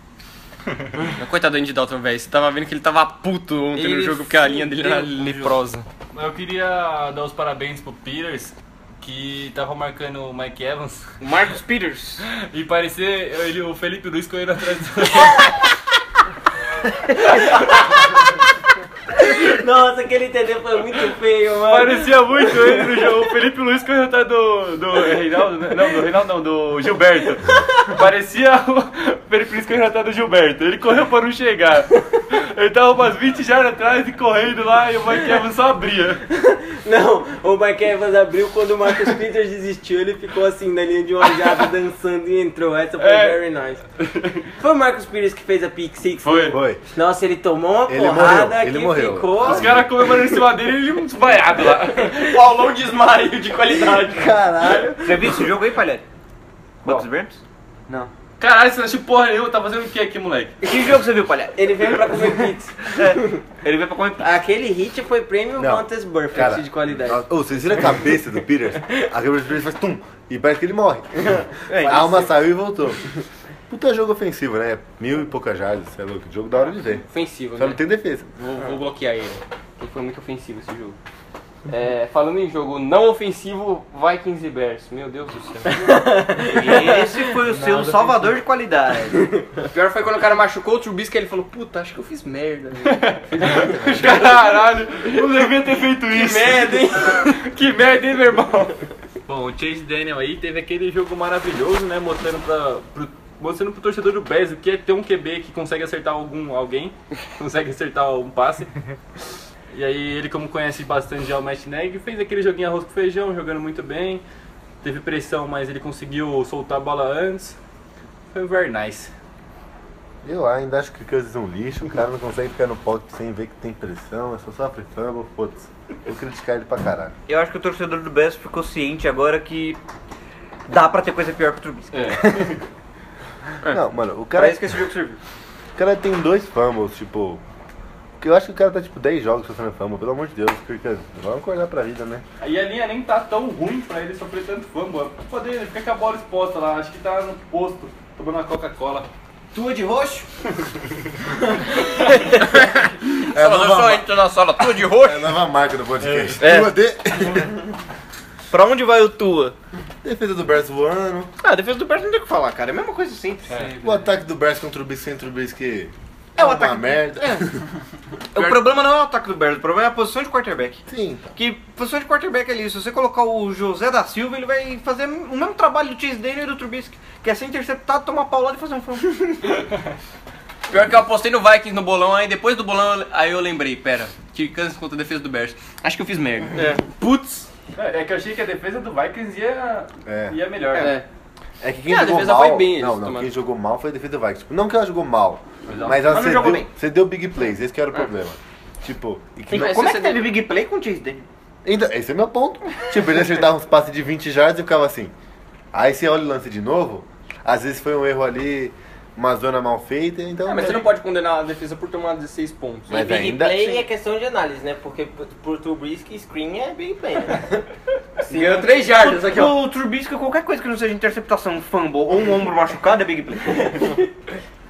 S1: Mas Coitado do Andy Dalton, velho. Você tava vendo que ele tava puto ontem no
S2: Ele
S1: jogo, porque a linha dele era
S2: fudeu com o
S1: leprosa.
S5: Mas eu queria dar os parabéns pro Peters, que tava marcando o Mike Evans.
S2: O Marcus Peters.
S5: E parecia ele, o Felipe Luiz correndo atrás do.
S4: Nossa, aquele TD foi muito feio, mano.
S5: parecia muito ele no jogo. O Felipe Luiz correndo atrás do. do Reinaldo, né? Não, do Reinaldo não, do Gilberto. Parecia o Felipe Luiz correndo atrás do Gilberto. Ele correu pra não chegar. Ele tava umas 20 jardas atrás e correndo lá e o Mike Evans só abria.
S4: Não, o Mike Evans abriu quando o Marcus Peters desistiu, ele ficou assim na linha de uma jada dançando e entrou. Essa foi
S5: É.
S4: very nice. Foi o Marcus Peters que fez a pick six.
S5: Foi.
S3: Foi.
S4: Nossa, ele tomou uma
S3: Ele
S4: porrada
S3: morreu, ele
S4: que
S3: morreu.
S4: ficou.
S5: Os caras comemorando em cima dele e ele um desmaiado lá.
S1: Paulão de esmaio de qualidade.
S4: Caralho.
S2: Já viu esse jogo aí, Palhares? Bucks e Rams? Não.
S5: Caralho, você não achou porra nenhuma, tá fazendo o que aqui, moleque?
S2: Que jogo você viu, Palhares?
S4: Ele veio pra comer pizza.
S2: Ele veio pra comer
S4: Aquele hit foi Premium
S3: Não.
S4: Contest Burfest
S3: Cara,
S4: de qualidade.
S3: Nossa, Ô, vocês viram a cabeça do Peters? A cabeça do Peters faz tum e parece que ele morre.
S4: É
S3: a alma saiu e voltou. Puta jogo ofensivo, né? Mil e poucas jardas, você é louco. Jogo da hora de ver.
S1: Ofensivo,
S3: Só
S1: né?
S3: não tem defesa.
S1: Vou, vou bloquear ele. Porque foi muito ofensivo esse jogo. É, falando em jogo não ofensivo, Vikings e Bears. Meu Deus do céu.
S2: Esse foi o seu salvador de qualidade.
S1: O pior foi quando o cara machucou o Trubisky ele falou, puta, acho que eu fiz merda. velho."
S5: Caralho, não devia ter feito isso.
S1: merda, hein?
S5: Que merda, hein, meu irmão? Bom, o Chase Daniel aí teve aquele jogo maravilhoso, né? Mostrando, pra, pro, mostrando pro torcedor do Bears o que é ter um QB que consegue acertar algum alguém, consegue acertar um passe. E aí ele, como conhece bastante já o Matt Neg, fez aquele joguinho arroz com feijão, jogando muito bem. Teve pressão, mas ele conseguiu soltar a bola antes. Foi um very nice.
S3: Eu ainda acho que o Cousins é um lixo, o cara não consegue ficar no pocket sem ver que tem pressão, é só sofre fumble, foda-se. Vou criticar ele pra caralho.
S2: Eu acho que o torcedor do Bears ficou ciente agora que dá pra ter coisa pior que o Trubisky.
S3: Não, mano, o
S2: É. Pra
S3: cara,
S2: isso que esse jogo serviu.
S3: o cara tem dois fumbles, tipo... Porque eu acho que o cara tá tipo 10 jogos sofrendo fumble, pelo amor de Deus, Kirk Cousins. Vamos acordar pra vida, né?
S5: Aí a linha nem tá tão ruim pra ele sofrer tanto fumble. Poder, ele fica com a bola exposta lá, acho que tá no posto, tomando uma Coca-Cola.
S4: Tua de roxo?
S3: É a nova,
S1: internacional, tudo de roxo.
S3: é a nova marca do podcast.
S1: É.
S3: Tua de-
S2: Pra onde vai o Tua?
S3: Defesa do Bears voando.
S2: Ah, a defesa do Bears não tem o que falar, cara. É a mesma coisa simples.
S3: O ataque do Bears contra o Bis sem o Bis que.
S2: É o
S3: uma
S2: ataque-
S3: merda.
S2: O problema não é o ataque do Bears, o problema é a posição de quarterback.
S3: Sim.
S2: Que posição de quarterback é ali, se você colocar o José da Silva, ele vai fazer o mesmo trabalho do Chase Daniel e do Trubisky, que é ser interceptado, tomar paulada e fazer um fumble.
S1: Pior que eu apostei no Vikings no bolão, aí depois do bolão, eu- aí eu lembrei, pera, Kirk Cousins contra a defesa do Bears. Acho que eu fiz merda. Putz.
S5: É, é que eu achei que a defesa do Vikings ia,
S3: É.
S5: ia melhor.
S1: É.
S3: É que quem
S1: Ah, a
S3: jogou
S1: defesa
S3: mal.
S1: foi bem,
S3: não,
S1: eles
S3: não.
S1: tomaram.
S3: Quem jogou mal foi a defesa do Vikings. Tipo, não que ela jogou mal.
S5: não.
S3: Mas
S2: Mas não
S3: ela cedeu,
S2: jogou bem.
S3: cedeu big plays, esse que
S1: É.
S3: era o problema. Tipo, e que não-
S2: Como é
S1: você
S2: que teve big play com o Chase Daniel?
S3: Então, esse é meu ponto. Tipo, ele acertava uns passes de 20 jardas e ficava assim. Aí você olha o lance de novo, às vezes foi um erro ali. uma zona mal feita, então.
S1: Ah, mas você não pode condenar a defesa por tomar 16 pontos.
S3: Mas
S4: e big
S3: ainda
S4: play
S3: assim-
S4: é questão de análise, né? Porque pro- pro Trubisky, screen é big play, né?
S1: Ganhou 3 jardas aqui, ó.
S2: O, o Trubisky, qualquer coisa que não seja interceptação, fumble ou um ombro machucado é big play.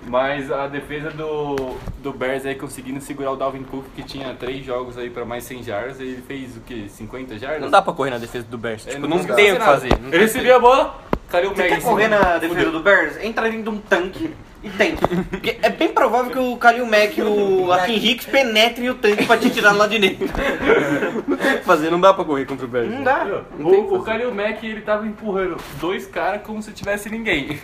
S5: Mas a defesa do, do Bears aí conseguindo segurar o Dalvin Cook, que tinha três jogos aí pra mais 100 jardas, e ele fez o quê? 50 jardas? É,
S1: Não dá pra correr na defesa do Bears.
S5: Ele
S1: Tipo, não,
S5: conseguiu
S1: tem o que
S5: nada.
S1: fazer. Não
S5: Ele recebeu a bola, caiu o
S2: Você
S5: Mack
S2: quer
S5: em
S2: correr
S1: né?
S5: cima.
S2: na defesa do Bears? Entra dentro de um tanque e tem. Porque é bem provável que o Kalil Mack e o Akin Hicks penetrem o tanque pra te tirar lá de dentro.
S1: tem o que fazer, não dá pra correr contra o Bears.
S2: Não dá.
S5: O, o Khalil Mack, ele tava empurrando dois caras como se tivesse ninguém.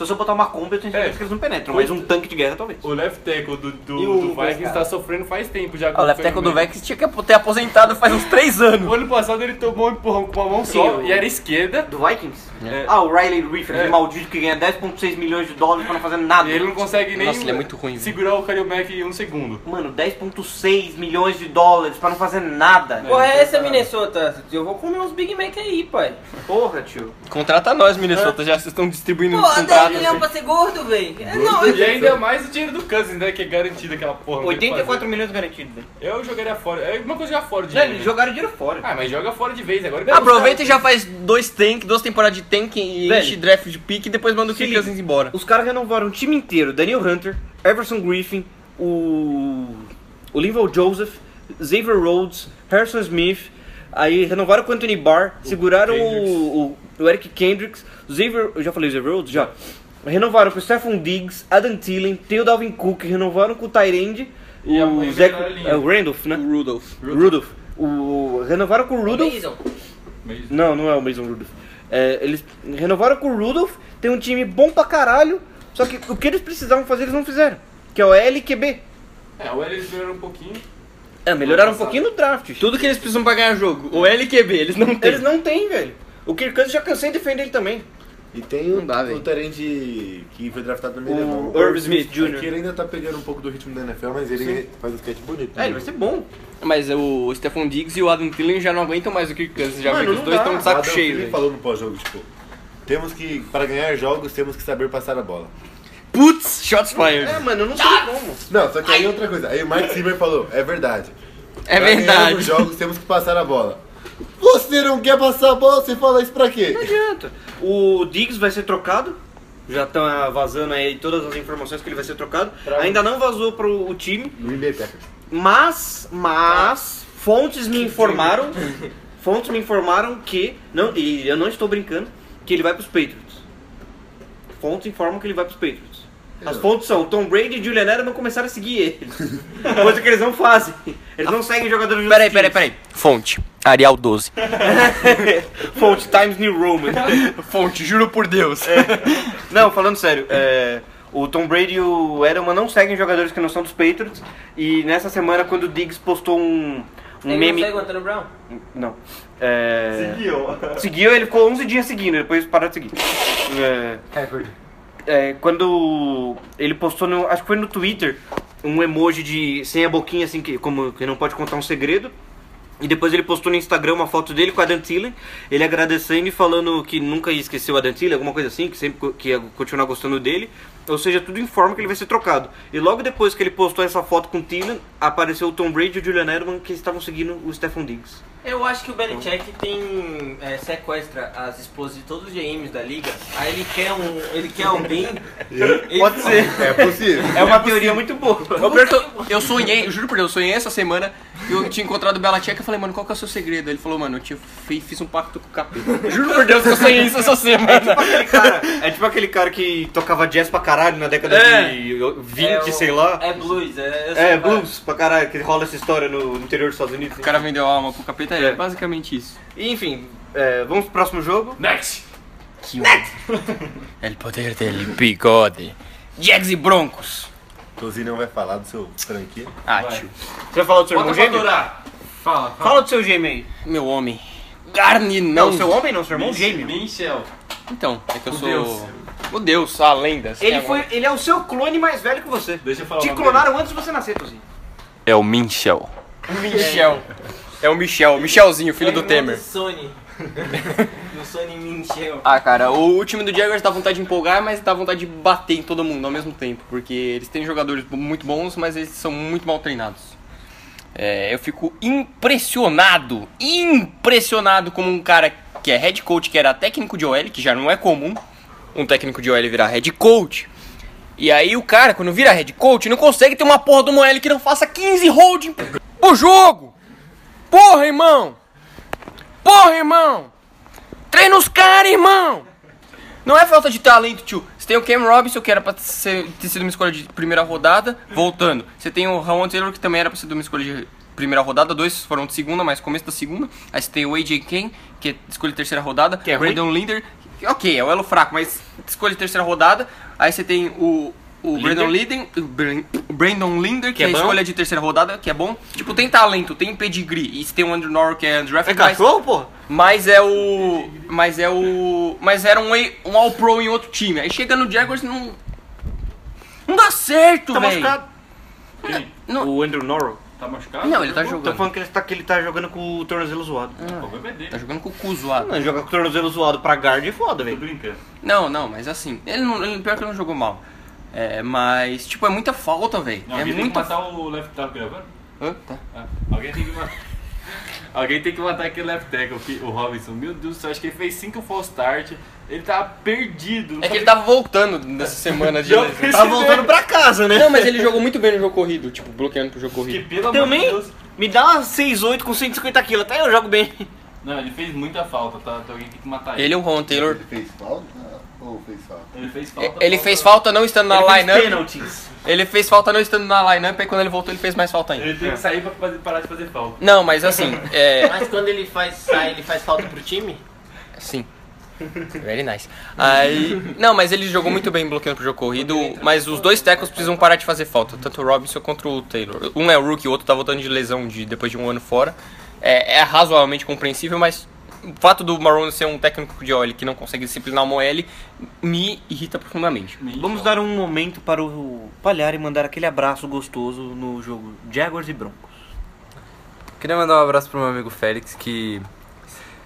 S2: Então, Se você botar uma combi, eu tenho certeza
S5: É.
S2: que eles não penetram, mas um tanque de guerra talvez.
S5: O left tackle do, do,
S4: E o-
S5: do Vikings tá sofrendo faz tempo já. com
S1: Ah, o left
S5: Khalil
S1: tackle do
S5: Mack.
S1: Vex tinha que ter aposentado faz uns 3 anos.
S5: O ano passado ele tomou um empurrão com uma mão só
S2: Sim, o-
S5: e era esquerda.
S2: Do Vikings?
S5: É.
S2: Ah, o Riley Reef, aquele
S5: É.
S2: maldito que ganha 10.6 milhões de dólares pra não fazer nada.
S5: E ele não consegue nem
S1: Nossa, ele é muito ruim, viu?
S5: segurar o Khalil Mack em um segundo.
S2: Mano, 10.6 milhões de dólares pra não fazer nada.
S4: Porra, é
S2: tá-
S4: essa, Minnesota? Eu vou comer uns Big Mac aí, pai.
S2: Porra, tio.
S1: Contrata nós, Minnesota, já vocês estão distribuindo
S4: Pô, 10
S1: contratos. assim.
S4: milhões pra ser gordo, velho. Não,
S5: E
S4: eu...
S5: ainda é mais o dinheiro do Cousins, né? Que é garantido aquela porra. não tem o que fazer.
S2: 84 milhões garantidos, velho.
S5: Eu jogaria fora. É uma coisa jogar fora de
S2: Não,
S5: vez.
S2: eles jogaram dinheiro fora.
S5: Ah, mas joga fora de vez agora. ganha
S1: Aproveita e
S5: os
S1: já faz dois tank, duas temporadas de tank e
S2: Velho.
S1: enche draft de pique e depois manda o
S2: Se
S1: Kirk
S2: liga.
S1: embora.
S2: Os caras renovaram o time inteiro. Daniel Hunter, Everson Griffin, o... O Linval Joseph, Xavier Rhodes, Harrison Smith. Aí renovaram com o Anthony Barr. seguraram
S5: Kendricks.
S2: o, o, o Eric Kendricks. O Xavier... Eu já falei o Xavier Rhodes? Já. Renovaram com o Stephon Diggs, Adam Thielen, tem o Dalvin Cook. Renovaram com o Tyrande.
S5: E a- e
S2: O,
S5: a
S2: Zach,
S5: melhor linha.
S2: é, o Randolph, né?
S1: O Rudolph.
S2: Rudolph. O, renovaram com o Rudolph.
S4: Mason.
S5: caras.
S2: Não, não é o Mason Rudolph. É, eles renovaram com o Rudolph, tem um time bom pra caralho, só que o que eles precisavam fazer eles não fizeram, que é o LQB.
S5: É, o Ellis melhorou um pouquinho.
S2: É, melhoraram um pouquinho no draft.
S1: Tudo que eles precisam pra ganhar jogo. O LQB, eles não têm.
S2: Eles não têm, velho. O Kirk Cousins já cansei de defender ele também.
S3: E tem um o,
S1: Não dá,
S3: o
S1: velho.
S3: Tarente que foi draftado no
S2: O
S3: meio
S2: Irv Smith Jr..
S3: Que ele ainda tá pegando um pouco do ritmo da NFL, mas ele faz um skate bonito.
S2: É, ele vai ser bom.
S1: Mas o Stephon Diggs e o Adam Thielen já não aguentam mais o Kirk Cousins. Já
S2: Mano,
S1: vê que os
S2: não
S1: dois
S2: dá.
S1: estão Tá de saco
S3: Adam
S1: cheio.
S3: Thielen
S1: velho.
S3: falou no pós-jogo, tipo, temos que, para ganhar jogos, temos que saber passar a bola.
S1: Putz, shots
S2: É,
S1: fired.
S2: mano, eu não sei como.
S3: Não, só que aí outra coisa. Aí o Mark Zimmer falou, é verdade.
S1: É
S3: Pra ganhar
S1: verdade.
S3: Os jogos temos que passar a bola. Você não quer passar a bola, você fala isso pra quê?
S2: Não adianta. O Diggs vai ser trocado. Já estão vazando aí todas as informações que ele vai ser trocado. Ainda não vazou pro o time.
S3: Green Bay Packers.
S2: Mas, mas, fontes me informaram, fontes me informaram que, não, e eu não estou brincando, que ele vai pros Patriots. Fontes informam que ele vai pros Patriots. As fontes são Tom Brady e Julian Edelman começaram a seguir ele. Coisa que eles não fazem. Eles não seguem jogadores de
S1: Peraí, peraí, peraí. Fonte. Arial 12.
S2: Fonte Times New Roman.
S1: Fonte, juro por Deus.
S2: É. Não, falando sério, é, o Tom Brady e o Edelman não seguem jogadores que não são dos Patriots. E nessa semana, quando o Diggs postou um, um
S4: Ele não
S2: meme.
S4: segue o Antônio Brown?
S2: Não. É... Seguiu. Seguiu, ele ficou 11 dias seguindo, depois parou de seguir. É... É, quando ele postou, no, acho que foi no Twitter, um emoji de sem a boquinha, assim, que, como que não pode contar um segredo. E depois ele postou no Instagram uma foto dele com a Dantillen, ele agradecendo e falando que nunca esqueceu a Dantillen, alguma coisa assim, que sempre co- que ia continuar gostando dele. Ou seja, tudo informa que ele vai ser trocado. E logo depois que ele postou essa foto com o Thielen, apareceu o Tom Brady e o Julian Edelman que estavam seguindo o Stephen Diggs.
S4: Eu acho que o
S2: Então.
S4: Belichick tem é, sequestra as esposas de todos os GMs da liga. Aí ele quer um, ele quer alguém. ele
S2: Pode
S4: fala,
S2: ser.
S3: É possível.
S2: É uma teoria muito boa.
S1: Ô, Berto, eu sonhei, eu juro por Deus, eu sonhei essa semana que eu tinha encontrado o Bela Tcheca e falei, mano, qual que é o seu segredo? Ele falou, mano, eu tinha, fe- fiz um pacto com o capeta. Juro por Deus que eu sonhei isso essa semana.
S2: Aquele cara- é tipo aquele cara que tocava jazz pra caralho na década
S1: É.
S2: de 20,
S4: é o-
S2: sei lá.
S4: É blues, é.
S1: assim.
S4: eu sei
S2: É,
S4: lá.
S2: blues pra caralho, que rola essa história no interior dos Estados Unidos.
S1: O cara vendeu a alma pro capeta, é,
S2: É.
S1: basicamente isso.
S2: E, Enfim, é, vamos pro próximo jogo.
S5: Next!
S1: Que El poder del bigode. Jags e Broncos.
S3: Inclusive não vai falar do seu franquia.
S1: Ah,
S5: Vai.
S1: tio.
S2: Você vai falar do seu irmão
S5: pra
S2: gêmeo?
S5: durar! Fala, fala.
S2: Fala do seu gêmeo aí.
S1: Meu homem. Carne não.
S2: Não, seu homem não, seu irmão gêmeo.
S5: Michel.
S1: Então, é que eu
S5: O
S1: sou...
S5: Deus.
S1: O Deus, a lenda. assim, Tem
S2: Ele,
S1: alguma-
S2: foi, ele é o seu clone mais velho que você.
S5: Deixa eu falar. o
S2: Te
S5: nome
S2: clonaram antes de você nascer, Tozinho.
S1: É o Minchel. Michel. É o Michel, Michelzinho, filho
S4: É
S1: do
S4: irmão
S1: Temer.
S4: Sony. Meu sonho me encheu.
S1: Ah, cara, o time do Jaguars dá vontade de empolgar, mas dá vontade de bater em todo mundo ao mesmo tempo, porque eles têm jogadores muito bons, mas eles são muito mal treinados. É, eu fico impressionado, impressionado como um cara que é head coach, que era técnico de OL, que já não é comum um técnico de OL virar head coach. E aí o cara, quando vira head coach, não consegue ter uma porra do OL que não faça 15 holding pro jogo. Porra, irmão! Porra, irmão! Treina os caras, irmão! Não é falta de talento, tio. Você tem o Cam Robinson, que era pra ser- ter sido uma escolha de primeira rodada, voltando. Você tem o Ramon Taylor, que também era pra ser uma escolha de primeira rodada. Dois foram de segunda, mas começo da segunda. Aí você tem o AJ Ken, que é escolha de terceira rodada. Que
S2: é ruim.
S1: Brandon Linder. que- Ok, é o elo fraco, mas escolha de terceira rodada. Aí você tem o, o Brandon Linden, o Bran- o Brandon Linder, que, é, a
S2: bom.
S1: escolha de terceira rodada, que é bom. Tipo, tem talento, tem pedigree. E você tem o Andrew Norwell, que é
S2: É
S1: undrafted, mas-
S2: cachorro, porra?
S1: mas é o. Mas é o. Mas era um, A- um All-Pro em outro time. Aí chega no Jaguars não. Não dá certo,
S2: Tá
S1: velho.
S2: machucado.
S5: Quem?
S1: Não,
S2: O Andrew Norrell.
S5: Tá machucado?
S1: não, ele tá
S2: Tô
S1: jogando.
S2: falando que ele tá, que ele tá jogando com o tornozelo zoado.
S5: O problema é dele.
S1: Tá jogando com o cu zoado.
S2: Não, jogar com o tornozelo zoado pra guard é foda,
S5: Tô
S2: velho.
S5: brincando.
S1: Não, não, mas assim. Ele não. Ele, pior que ele não jogou mal. É, mas, tipo, é muita falta, velho.
S5: Não,
S1: É
S5: alguém tem que
S1: muita falta.
S5: matar o left tackle gravando?
S1: Hã? Tá.
S5: Ah, alguém tem que matar. Alguém tem que matar aquele left tackle, que- o Robinson. Meu Deus do céu, acho que ele fez 5 false start. Ele tava perdido. não
S1: É que ele
S5: sabia-
S1: tava voltando nessa semana de
S5: Eu
S1: lesão.
S5: percebi.
S2: Tá voltando pra casa, né?
S1: Não, mas ele jogou muito bem no jogo corrido, tipo, bloqueando pro jogo
S5: Que
S1: corrido.
S5: pelo amor de
S2: Também
S5: Deus.
S2: me dá uma 6,8 com 150 quilos, até eu jogo bem.
S5: Não, ele fez muita falta, tá? Então alguém tem que matar ele.
S1: Ele e o Ron Taylor.
S3: Ele fez falta ou fez falta?
S5: Ele fez falta.
S1: Ele fez falta não estando na
S2: Ele fez
S1: lineup.
S2: Penalties.
S1: Ele fez falta não estando na lineup, aí quando ele voltou ele fez mais falta ainda.
S5: Ele tem que sair pra fazer- parar de fazer falta.
S1: Não, mas assim, é.
S4: Mas quando ele faz sai, ele faz falta pro time?
S1: Sim. Very nice. Aí. Não, mas ele jogou muito bem bloqueando pro jogo corrido. Mas os dois tecos precisam parar de fazer falta. Tanto o Robinson quanto o Taylor. Um é o Rookie, o outro tá voltando de lesão de, depois de um ano fora. É, é razoavelmente compreensível, mas o fato do Marrone ser um técnico de OL que não consegue disciplinar uma OL me irrita profundamente.
S2: Vamos dar um momento para o Palhar e mandar aquele abraço gostoso no jogo Jaguars e Broncos.
S7: Queria mandar um abraço pro meu amigo Félix que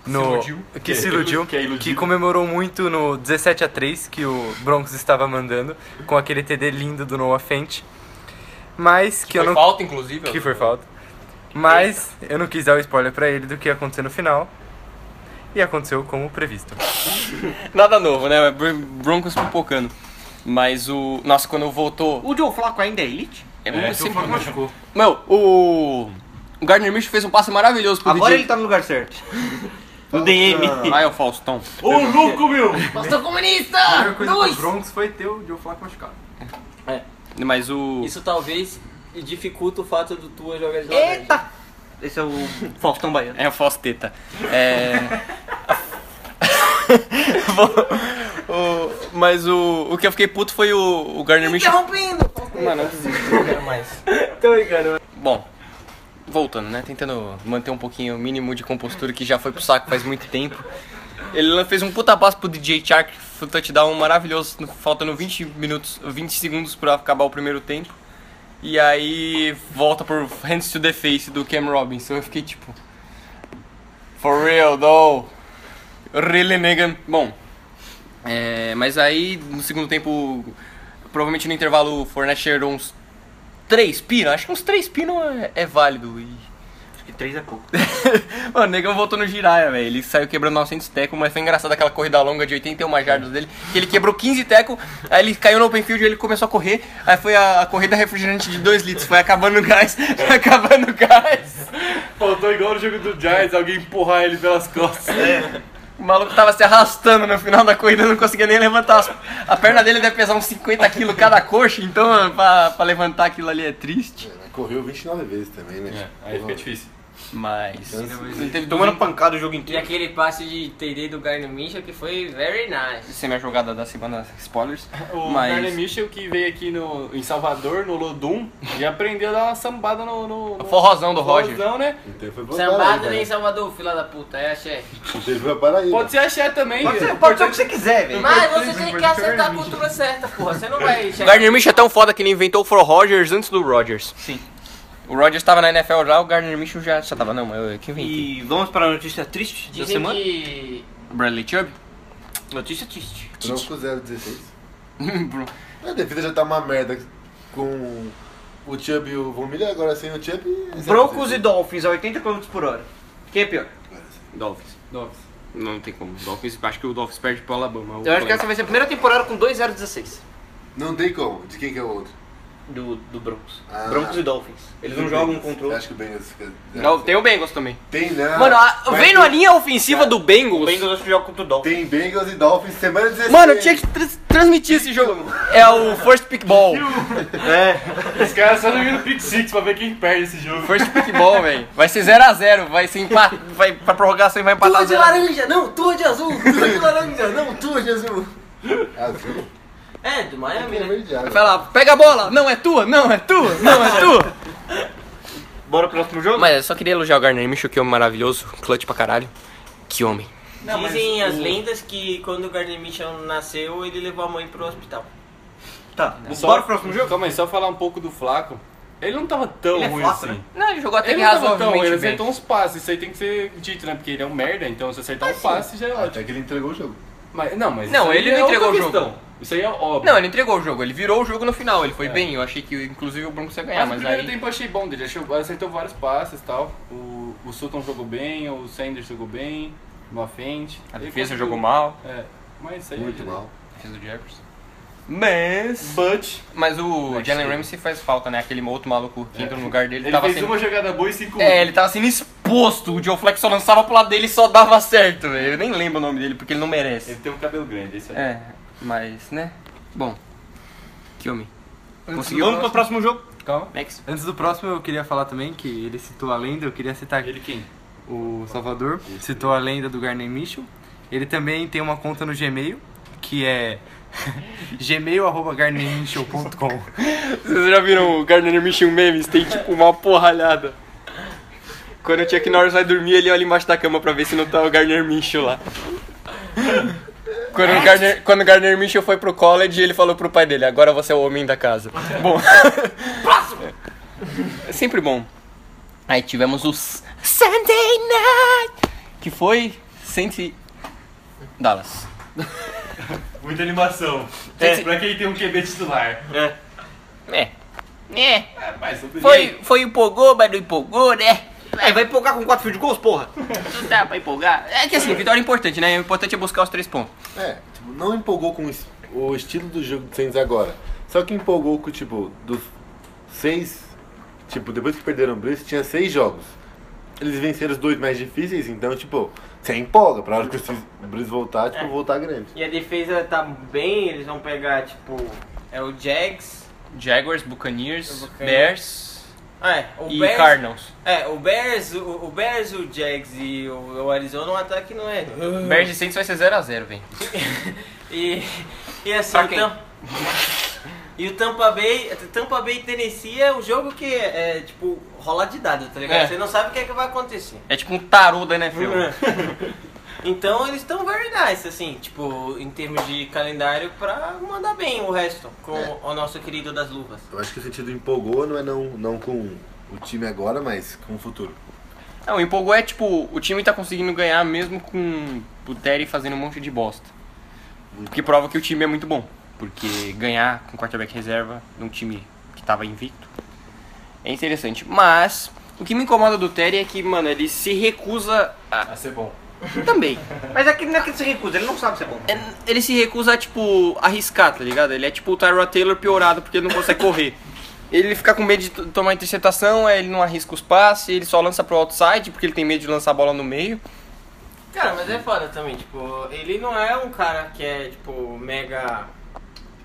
S7: no-
S5: iludiu.
S7: que se iludiu,
S5: Que é iludido.
S7: que comemorou muito no 17 a 3 que o Broncos estava mandando com aquele TD lindo do Noah Fent. Mas que, eu
S1: Foi
S7: não
S1: falta, inclusive.
S7: que foi falta. Mas eu não quis dar o spoiler pra ele do que ia acontecer no final. E aconteceu como previsto.
S1: Nada novo, né? Bron- Broncos pipocando. Mas o. Nossa, quando voltou.
S2: O Joe Flaco ainda é elite?
S1: É,
S5: É,
S1: muito
S5: que o
S1: sempre-
S5: Flamengo machucou.
S1: Meu, o. O Gardner Minshew fez um passe maravilhoso pro
S2: Agora
S1: DJ.
S2: ele tá no lugar certo. No DM.
S1: Ah, é o Faustão.
S5: Ô, louco, meu!
S7: A melhor coisa pro Broncos foi ter o Joe Flacco machucado.
S1: Mas o.
S4: Isso talvez dificulta o fato do Tua jogar de lateral.
S2: Eita! Esse é o Faustão Baiano.
S1: É o Fausteta. É. O- mas o, o que eu fiquei puto foi o, o Gardner Minshew.
S4: Mano, eu desisto, não quero mais. Tô brincando.
S1: Bom, voltando, né? Tentando manter um pouquinho o mínimo de compostura que já foi pro saco faz muito tempo. Ele fez um puta passo pro DJ Chark, foi um touchdown maravilhoso, no- faltando 20 minutos, 20 segundos pra acabar o primeiro tempo. E aí volta por Hands to the Face do Cam Robinson. Eu fiquei tipo. For real, though. Really, nigga. Bom, é, mas aí no segundo tempo, provavelmente no intervalo, o Fournette cheirou uns três pino, acho que uns três pino é, é válido. E...
S2: Acho que três é pouco.
S1: Mano, o negão voltou no giraia, velho. Ele saiu quebrando 900 teco, mas foi engraçado aquela corrida longa de 81 jardas dele, que ele quebrou 15 teco, aí ele caiu no open field e ele começou a correr. Aí foi a, a corrida refrigerante de 2 litros, foi acabando o gás, foi acabando o gás.
S5: Faltou igual no jogo do Giants, alguém empurrar ele pelas costas.
S1: O maluco tava se arrastando no final da corrida, não conseguia nem levantar as... A perna dele deve pesar uns 50 quilos cada coxa, então mano, pra, pra levantar aquilo ali é triste.
S3: Correu 29 vezes também, né?
S5: É, Aí fica difícil.
S1: Mas. Não teve
S2: Tomando pancada o jogo
S4: E
S2: inteiro.
S4: aquele passe de TD do Garner Mincha que foi very nice.
S1: Sem minha jogada da semana, spoilers.
S5: O
S1: mas...
S5: Garner Michel que veio aqui no, em Salvador, no Lodum, já aprendeu a dar uma sambada no. no, no
S1: forrozão do Roger.
S5: forrozão, né?
S3: Então foi
S1: é um
S3: pra
S4: Sambado nem
S3: Paraíba.
S4: Salvador, fila da puta, é chefe.
S3: Então foi pra Paraíba.
S5: Pode ser axé também, É
S2: Pode
S5: velho.
S2: ser, pode ser o que você quiser, velho.
S4: Mas você tem que acertar a cultura certa, porra. Você não vai
S1: Gardner Minshew é tão foda que ele inventou o Fro Rogers antes do Rogers. Sim. O Rodgers estava na NFL já, o Gardner Minshew já, já tava, não, eu que vim.
S2: E vamos para a notícia triste da
S4: Dizem
S2: semana?
S4: que...
S1: Bradley Chubb?
S2: Notícia triste.
S3: Bronco 016. A defesa já tá uma merda com o Chubb e o Von Miller, agora sem o Chubb. é 0-16.
S2: Broncos e Dolphins a 80 km por hora. Quem é pior?
S1: Dolphins.
S6: Nossa.
S1: Não tem como. Dolphins, acho que o Dolphins perde pro Alabama.
S2: Eu acho que essa vai ser a primeira temporada com 2-0-16
S3: Não tem como. De quem que é o outro?
S2: do, do Broncos.
S3: Ah.
S2: Broncos e Dolphins. Eles não
S3: Do
S2: jogam
S3: Bengals.
S2: contra o
S3: Eu
S2: outro.
S3: Acho que o Bengals fica...
S1: Não, tem o Bengals também.
S3: Tem não.
S1: Mano, a-
S3: Vai
S1: vendo
S3: ter-
S1: a linha ofensiva do
S2: O
S1: É. Bengals...
S2: Bengals acho que joga contra o Dolphins.
S3: Tem Bengals e Dolphins semana 16.
S1: Mano, tinha que trans- transmitir esse jogo. É o First Pick Ball.
S5: Os caras é só não viram Pick Six pra ver quem perde esse jogo.
S1: First Pick Ball, velho. Vai ser 0x0. vai ser empate. Vai pra prorrogação e vai empatar 0
S4: laranja, não, tua de azul.
S3: laranja, não, tu, Jesus. Azul.
S4: é, do Miami,
S3: É
S4: né?
S3: verdade.
S1: Vai lá, pega a bola. Não é tua, não é tua, não é tua.
S2: Bora pro próximo jogo?
S1: Mas eu só queria elogiar o Garner Michel, que homem maravilhoso. Clutch pra caralho. Que homem.
S4: Dizem as lendas que quando o Gardner Mitchell nasceu, ele levou a mãe pro hospital.
S2: Tá,
S5: Só-
S2: bora pro próximo jogo?
S5: Calma aí, só falar um pouco do Flaco. Ele não tava tão
S2: Ele é
S5: ruim
S2: flaco,
S5: assim.
S2: né?
S1: Não, ele jogou até
S5: Ele
S1: que
S5: não tava tão ruim, ele
S1: razoavelmente bem.
S5: acertou uns passes. Isso aí tem que ser dito, né? Porque ele é um merda, então se acertar um passe já é ótimo.
S3: Até que ele entregou o jogo.
S5: Mas, não, mas
S1: Não,
S5: isso aí
S1: ele
S5: é
S1: não
S5: outra
S1: entregou o jogo.
S5: questão. Isso aí é óbvio.
S1: Não, ele entregou o jogo, ele virou o jogo no final, ele foi bem, eu achei que inclusive o Broncos ia ganhar,
S5: É. Ah, mas, o
S1: mas,
S5: primeiro
S1: aí...
S5: tempo eu achei bom dele, achei, acertou vários passes e tal. O, o Sutton jogou bem, o Sanders jogou bem, na frente.
S1: A
S5: Ele
S1: defesa
S5: conseguiu-
S1: jogou mal,
S5: É, mas isso aí
S3: Muito
S5: é-
S3: mal.
S1: a defesa do Jefferson.
S5: But,
S1: Mas o
S5: Mas
S1: Jalen
S5: sim.
S1: Ramsey faz falta, né? Aquele outro maluco que entra no lugar dele
S5: É. ele
S1: tava
S5: fez
S1: sendo...
S5: uma jogada boa e cinco um.
S1: É, ele tava sendo exposto, o Joe Flex só lançava pro lado dele e só dava certo, velho. Eu nem lembro o nome dele, porque ele não merece.
S5: Ele tem um cabelo grande, isso aí.
S1: É, mas, né? Bom, que homem. Conseguiu?
S2: Vamos pro próximo jogo?
S7: Calma.
S1: Next.
S7: Antes do próximo, eu queria falar também que ele citou a lenda, eu queria citar aqui.
S5: Ele quem?
S7: o Salvador citou a lenda do Garner Mitchell. Ele também tem uma conta no Gmail, que é gmail.garnermitchell.com.
S1: Vocês já viram o Gardner Michel memes? Tem tipo uma porralhada. Quando o Chuck Norris vai dormir, ele olha embaixo da cama pra ver se não tá o Gardner Michel lá. Quando o, Gardner, quando o Gardner Michel foi pro college, ele falou pro pai dele, agora você é o homem da casa. Bom. É sempre bom. Aí tivemos os Sunday Night, que foi 100 Dallas.
S5: Muita animação.
S1: É.
S5: Pra quem tem um QB titular.
S1: É. É.
S5: É, mas sobre ele-
S1: Foi, foi empolgou, mas não empolgou, né?
S2: É, vai empolgar com 4 field goals, porra?
S1: Não dá pra empolgar. É que assim, vitória é importante, né? O importante é buscar os três pontos.
S3: É, tipo, não empolgou com es- o estilo do jogo do Saints agora. Só que empolgou com, tipo, dos seis. Tipo, depois que perderam o Bruce, tinha seis jogos. Eles venceram os dois mais difíceis, então, tipo, você empolga. Pra hora que o Bruce voltar,
S1: É.
S3: tipo, voltar grande.
S4: E a defesa tá bem, eles vão pegar, tipo, é o Jags.
S1: Jaguars, Buccaneers,
S4: Buccaneers.
S1: Bears
S4: Ah, é, o
S1: e
S4: Bears.
S1: Cardinals.
S4: É, o Bears, o, o Bears, o Jags e o, o Arizona, o ataque não é.
S2: Ah.
S1: Bears e Saints vai ser 0x0, velho.
S4: E, e assim,
S1: Pra
S4: o
S1: quem?
S4: Tam- E o Tampa Bay, Tampa Bay e Tennessee é um jogo que é, é, tipo rolar de dado, tá ligado?
S1: É.
S4: Você não sabe o que é que vai acontecer.
S1: É tipo um tarô da NFL.
S4: Então eles estão very nice, assim, tipo, em termos de calendário, pra mandar bem o resto com
S1: É.
S4: o nosso querido das luvas.
S3: Eu acho que o sentido empolgou não é não, não com o time agora, mas com o futuro.
S1: Não, empolgou é tipo, o time tá conseguindo ganhar mesmo com o Terry fazendo um monte de bosta. O que prova que o time é muito bom. Porque ganhar com quarterback reserva num time que tava invicto é interessante. Mas, o que me incomoda do Terry é que, mano, ele se recusa a,
S5: A ser bom.
S1: Também.
S2: Mas aquele não é que ele se recusa, ele não sabe se é bom.
S1: É- Ele se recusa a, tipo, arriscar, tá ligado? Ele é tipo o Tyrod Taylor piorado porque ele não consegue correr. Ele fica com medo de t- tomar interceptação, aí ele não arrisca os passes, ele só lança pro outside porque ele tem medo de lançar a bola no meio.
S4: Cara, mas é foda também, tipo, ele não é um cara que é, tipo, mega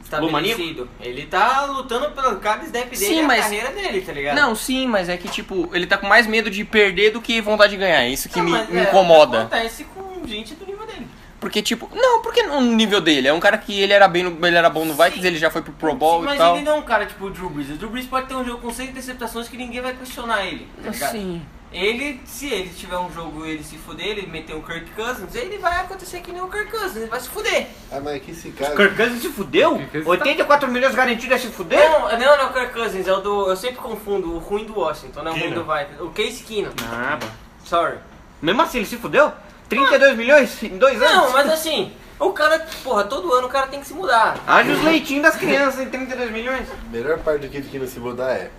S4: estabelecido. Ele tá lutando pelo cada step dele
S1: Sim,
S4: e
S1: mas-
S4: a carreira dele, tá ligado?
S1: Não, sim, mas é que, tipo, ele tá com mais medo de perder do que vontade de ganhar. É Isso que
S4: Não,
S1: me,
S4: mas
S1: me
S4: é,
S1: incomoda.
S4: Acontece com gente do nível dele.
S1: Porque, tipo, não, porque no nível dele. É um cara que ele era bem no, ele era bom no Vikings, ele já foi pro Pro Bowl
S4: Sim,
S1: e
S4: mas
S1: tal.
S4: ele não é um cara tipo o Drew Brees. O Drew Brees pode ter um jogo com 100 interceptações que ninguém vai questionar ele, tá ligado?
S1: Sim.
S4: Ele, se ele tiver um jogo e ele se fuder, ele meter o Kirk Cousins, ele vai acontecer que nem o Kirk Cousins, ele vai se fuder.
S3: Ah, mas que esse cara.
S2: Kirk Cousins tá- se fudeu? 84 milhões garantidos é se fuder?
S4: Não, não, não é o Kirk Cousins, é o do. Eu sempre confundo o ruim do Washington, não é o ruim do Vikings. O Case Keenum.
S2: Ah, bom.
S4: Sorry.
S2: Mesmo assim, ele se fudeu? 32 milhões em dois
S4: Não,
S2: anos?
S4: mas assim, o cara, porra, todo ano o cara tem que se mudar.
S2: Haja os leitinhos das crianças em 32 milhões.
S3: A melhor parte do Kid que não se mudar é.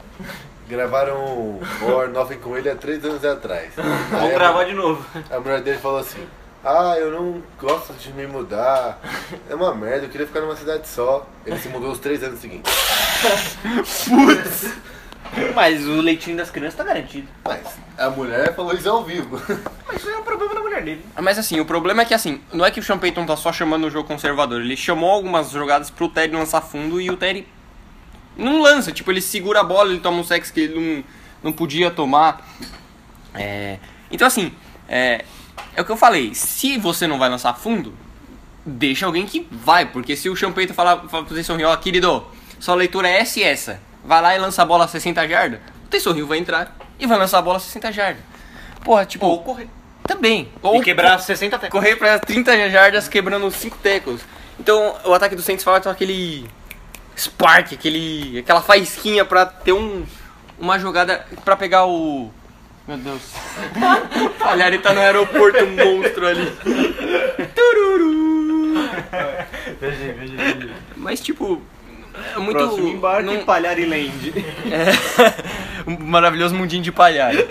S3: Gravaram o War 9 com ele há três anos atrás.
S2: Vou
S3: Aí a-
S2: gravar de novo.
S3: A mulher dele falou assim: Ah, eu não gosto de me mudar. É uma merda, eu queria ficar numa cidade só. Ele se mudou os três anos seguintes.
S2: Mas o leitinho das crianças tá garantido.
S3: Mas a mulher falou isso ao vivo.
S2: Mas isso é um problema da mulher dele.
S1: Mas assim, o problema é que assim, não é que o Sean Payton tá só chamando o jogo conservador, ele chamou algumas jogadas pro Terry lançar fundo e o Terry não lança, tipo, ele segura a bola, ele toma um sexo que ele não, não podia tomar. É, então assim, é, é o que eu falei, se você não vai lançar fundo, deixa alguém que vai, porque se o Sean Payton falar, falar pro Taysom Hill, ó, querido, sua leitura é essa e essa, vai lá e lança a bola a 60 jardas, o Taysom Hill vai entrar e vai lançar a bola a 60 jardas. Porra, tipo... Ou correr. Também. Ou
S2: E quebrar 60 teclas.
S1: é correr para 30 jardas quebrando 5 tackles. Então, o ataque do Saints falta aquele spark, aquele aquela faísquinha pra ter um uma jogada pra pegar o meu Deus. Olha, ele tá no aeroporto um monstro ali. Tururu. Mas tipo, é muito
S2: Próximo embarque,
S1: não-
S2: palhar e lende.
S1: É. um maravilhoso mundinho de palhaço.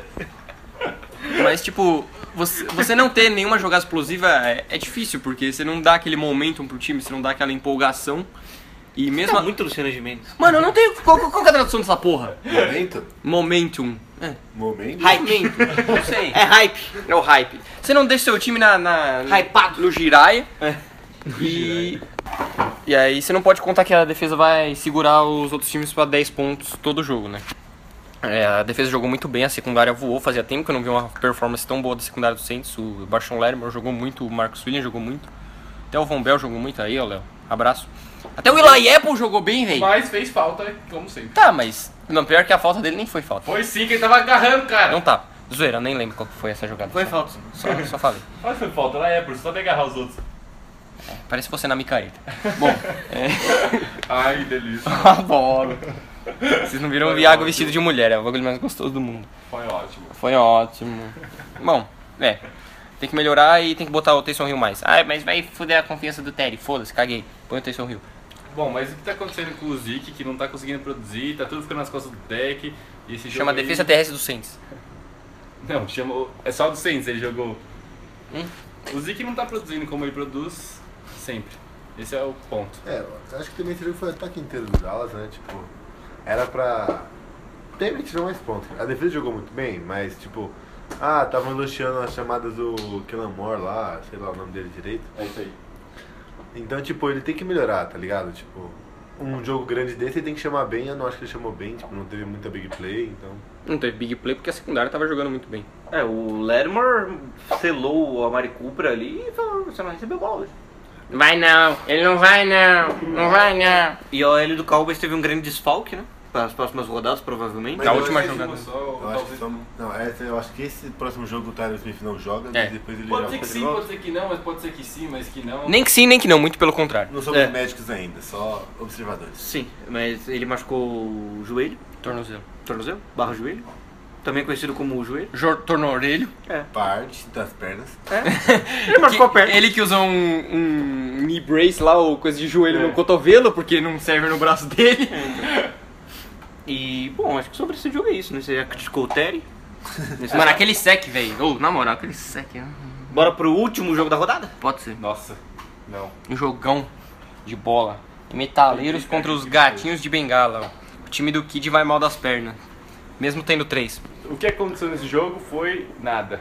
S1: Mas, tipo, você, você não ter nenhuma jogada explosiva é, é difícil, porque você não dá aquele momentum pro time, você não dá aquela empolgação. E mesmo.
S2: Tá
S1: a-
S2: muito Luciano de Mendes.
S1: Mano, eu não tenho. Qual, qual que é a tradução dessa porra?
S3: Momento?
S1: Momentum. É,
S3: Momento?
S1: hype. Não sei.
S2: É hype.
S1: É o hype. Você não deixa seu time na. na
S2: Hypado.
S1: No giraia. E. E aí você não pode contar que a defesa vai segurar os outros times pra 10 pontos todo jogo, né? É, a defesa jogou muito bem, a secundária voou, fazia tempo que eu não vi uma performance tão boa da secundária do Saints. O Barshawn Lerner jogou muito, o Marcos Williams jogou muito. Até o Von Bell jogou muito aí, ó, Léo. Abraço. Até o Eli Apple jogou bem, velho.
S5: Mas fez falta, como sempre.
S1: Tá, mas. Não, pior que a falta dele nem foi falta.
S5: Foi sim que ele tava agarrando, cara.
S1: Não tá. Zoeira, nem lembro qual que foi essa jogada.
S2: Foi falta.
S1: Só, só falei.
S5: Mas foi falta, ela é, por só tem que agarrar os outros.
S1: Parece você na micareta.
S5: Ai, que delícia.
S1: Adoro. Vocês não viram o
S5: Foi
S1: Iago
S5: ótimo.
S1: vestido de mulher, é o bagulho mais gostoso do mundo.
S5: Foi ótimo.
S1: Foi ótimo. Bom, é. Tem que melhorar e tem que botar o Taysom Hill mais. Ah, mas vai foder a confiança do Terry. Foda-se, caguei. Põe o Taysom Hill.
S5: Bom, mas o que tá acontecendo com o Zeke, que não tá conseguindo produzir, tá tudo ficando nas costas do deck. E esse
S1: Chama a
S5: jogo aí-
S1: defesa terrestre do Saints.
S5: Não, chama. o- É só do Saints ele jogou.
S1: Hum?
S5: O Zeke não tá produzindo como ele produz sempre. Esse é o ponto.
S3: É, eu acho que também esse jogo foi o ataque inteiro do Dallas, né? Tipo, era pra. Teve que tirar mais pontos. A defesa jogou muito bem, mas tipo. Ah, estavam elogiando as chamadas do Killan Moore lá, sei lá o nome dele direito.
S5: É isso aí.
S3: Então, tipo, ele tem que melhorar, tá ligado? Tipo, um jogo grande desse ele tem que chamar bem, eu não acho que ele chamou bem, tipo, não teve muita big play, então.
S1: Não teve big play porque a secundária tava jogando muito bem.
S2: É, o Lermor selou a Mari Cooper ali e falou, você não recebeu bola hoje.
S1: Vai não, ele não vai não, não vai não.
S2: E a L do Cowboys teve um grande desfalque, né? Para as próximas rodadas, provavelmente.
S3: Mas- Na
S1: última jogada.
S5: jogada. Só,
S3: Eu acho que
S5: talvez...
S3: só- não, essa, eu acho que esse próximo jogo o Tyler Smith não joga,
S1: É.
S3: mas depois ele
S5: Pode
S3: joga.
S5: ser que sim, pode ser que não, mas pode ser que sim, mas que não.
S1: Nem que sim, nem que não, muito pelo contrário.
S3: Não somos
S2: É.
S3: médicos ainda, só observadores.
S2: Sim, mas ele machucou o joelho,
S1: Tornozelo.
S2: tornozelo, barra joelho. Também é conhecido como o joelho.
S1: Jor tornorelho.
S3: Parte das pernas.
S2: Ele machucou a
S1: Que-
S2: perna.
S1: Ele que usa um, um knee brace lá, ou coisa de
S3: É.
S1: joelho no cotovelo, porque não serve no braço dele.
S2: E, bom, acho que sobre esse jogo é isso, né? Você já criticou o Terry.
S3: é
S2: Nesse-
S1: Mano, aquele sec, velho. Ou, na moral, aquele sec, né?
S2: Bora pro último jogo da rodada?
S1: pode ser.
S5: Nossa, não.
S1: Um jogão de bola. Metaleiros
S3: é
S1: contra os gatinhos de bengala. ó. O time do Kid vai mal das pernas. Mesmo tendo três.
S5: O que aconteceu nesse jogo foi nada.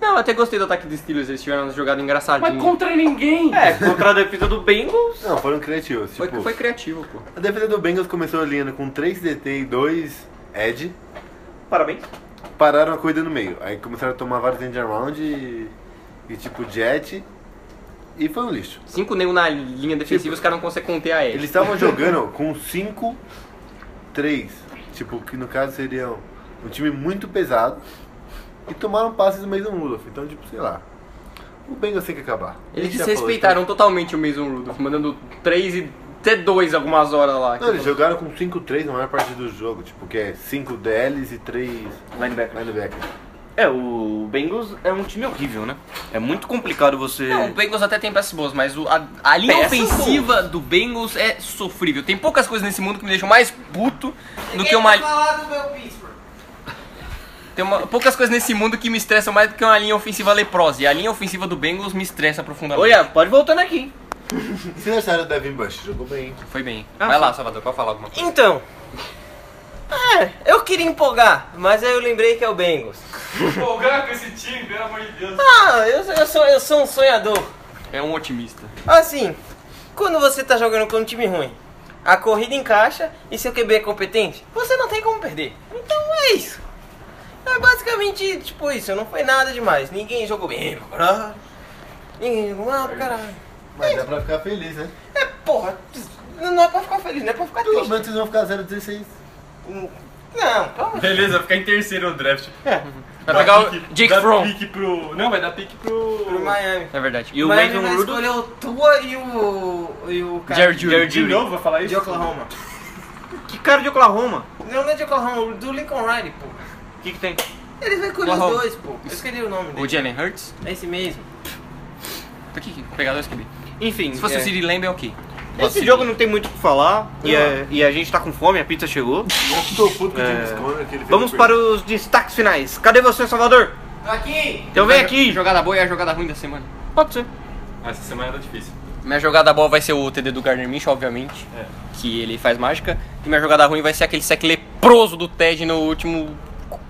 S1: Não, eu até gostei do ataque dos Steelers. Eles tiveram uma jogada engraçadinha.
S5: ninguém!
S2: É, contra a defesa do Bengals.
S3: Não, foram criativos.
S1: foi,
S3: tipo,
S1: foi criativo, pô.
S3: A defesa do Bengals começou alinhando com 3 DT e 2 Ed.
S2: Parabéns.
S3: Pararam a corrida no meio. Aí começaram a tomar vários end around e, e tipo jet. E foi um lixo.
S1: Cinco nego na linha defensiva, os caras não conseguem conter a
S3: Eles
S1: L.
S3: estavam jogando com 5, 3. Tipo, que no caso seriam Um time muito pesado. E tomaram passes do Mason Rudolph. Então, tipo, sei lá. O Bengals tem que acabar. é
S1: Eles
S2: Ele já
S1: desrespeitaram totalmente o Mason Rudolph, mandando 3 e até 2 algumas horas lá. Tipo,
S3: Não, eles jogaram com 5-3 na maior parte do jogo. Tipo, que é 5 DLs e 3
S2: Linebacker.
S3: linebackers.
S2: É, o Bengals é um time horrível, né? É muito complicado você.
S1: Não, o Bengals até tem peças boas, mas o- a, a linha
S4: Peças
S1: ofensiva do Bengals é sofrível. Tem poucas coisas nesse mundo que me deixam mais puto do que uma.
S4: falar do meu Pittsburgh.
S1: Tem uma- poucas coisas nesse mundo que me estressam mais do que uma linha ofensiva leprosa. E a linha ofensiva do Bengals me estressa profundamente.
S2: Olha, pode voltando aqui.
S3: E se nessa área o Devin Bush jogou bem.
S1: Foi bem.
S2: Ah,
S1: Vai
S2: sim.
S1: lá, Salvador, pode falar alguma coisa.
S4: Então. É, eu queria empolgar, mas aí eu lembrei que é o Bengals.
S5: Empolgar com esse time, pelo amor de Deus.
S4: Ah, eu, eu sou, eu sou um sonhador.
S1: É um otimista.
S4: Assim, quando você tá jogando com um time ruim, a corrida encaixa e seu QB é competente, você não tem como perder. Então é isso. É basicamente tipo isso, não foi nada demais. Ninguém jogou bem pra caralho. Ninguém jogou mal pra caralho.
S3: Mas dá pra ficar feliz, né?
S4: É porra, não é pra ficar feliz, não é pra ficar
S3: Pelo
S4: triste.
S3: menos eles vão ficar 0-16.
S4: Não, calma.
S5: Beleza, ficar em terceiro no draft.
S1: Vai pegar o Jake
S5: dá
S1: Fromm.
S5: Pique pro... Não, vai dar pique pro...
S4: Pro Miami.
S1: É verdade.
S2: E o
S4: Miami
S2: Mason
S4: vai
S2: Rudolph.
S4: escolher o Tua e o. e o cara
S1: Jared Judy.
S5: De novo, vai falar isso?
S4: de Oklahoma.
S2: Que cara de Oklahoma?
S4: Não, não é de Oklahoma, do Lincoln Riley, pô.
S2: O que, que tem?
S4: Eles vão escolher os
S1: Oklahoma.
S4: dois, pô. Eu escolhi o nome
S1: O
S4: dele.
S1: Jalen Hurts.
S4: É esse mesmo.
S1: Por que que pegar dois QB?
S2: Enfim,
S1: Se fosse
S2: é.
S1: o Siri Lamb, é ok.
S2: Esse jogo não tem muito o que falar. E, é- e a gente tá com fome, a pizza chegou.
S3: Eu tô puto com o James
S2: É.
S3: Conner, que ele fez
S2: Vamos
S3: o
S2: para os destaques finais. Cadê você, Salvador?
S4: Aqui!
S2: Então vem aqui.
S1: Jogada boa e a jogada ruim da semana.
S2: Pode ser.
S5: Ah, Essa semana era difícil.
S1: Minha jogada boa vai ser o TD do Gardner Minshew, obviamente.
S5: É.
S1: Que ele faz mágica. E minha jogada ruim vai ser aquele sec leproso do Ted no último.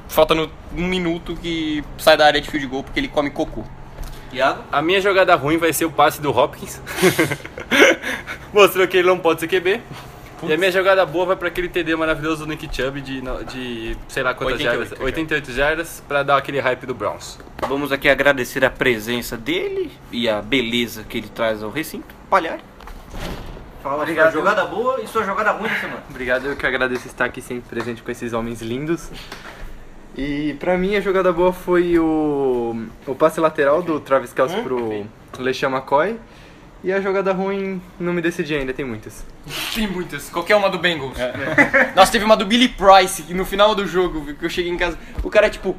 S1: Faltando um minuto que sai da área de field goal porque ele come cocô.
S4: Iago?
S5: A minha jogada ruim vai ser o passe do Hopkins. Mostrou que ele não pode ser QB. E a minha jogada boa vai pra aquele TD maravilhoso do Nick Chubb de, de sei lá quantas
S1: 88
S5: jardas, 88 jardas, pra dar aquele hype do Browns.
S2: Vamos aqui agradecer a presença dele e a beleza que ele traz ao recinto. Palhar. Fala, Obrigado. Sua jogada boa e sua jogada ruim da semana.
S7: Obrigado, eu que agradeço estar aqui sempre presente com esses homens lindos. E pra mim a jogada boa foi o, o passe lateral do Travis Kelce pro Lexan McCoy. E a jogada ruim não me decidi ainda, tem muitas.
S1: Tem muitas, qualquer uma do Bengals. Nossa, teve uma do Billy Price, que no final do jogo, que eu cheguei em casa, o cara, tipo.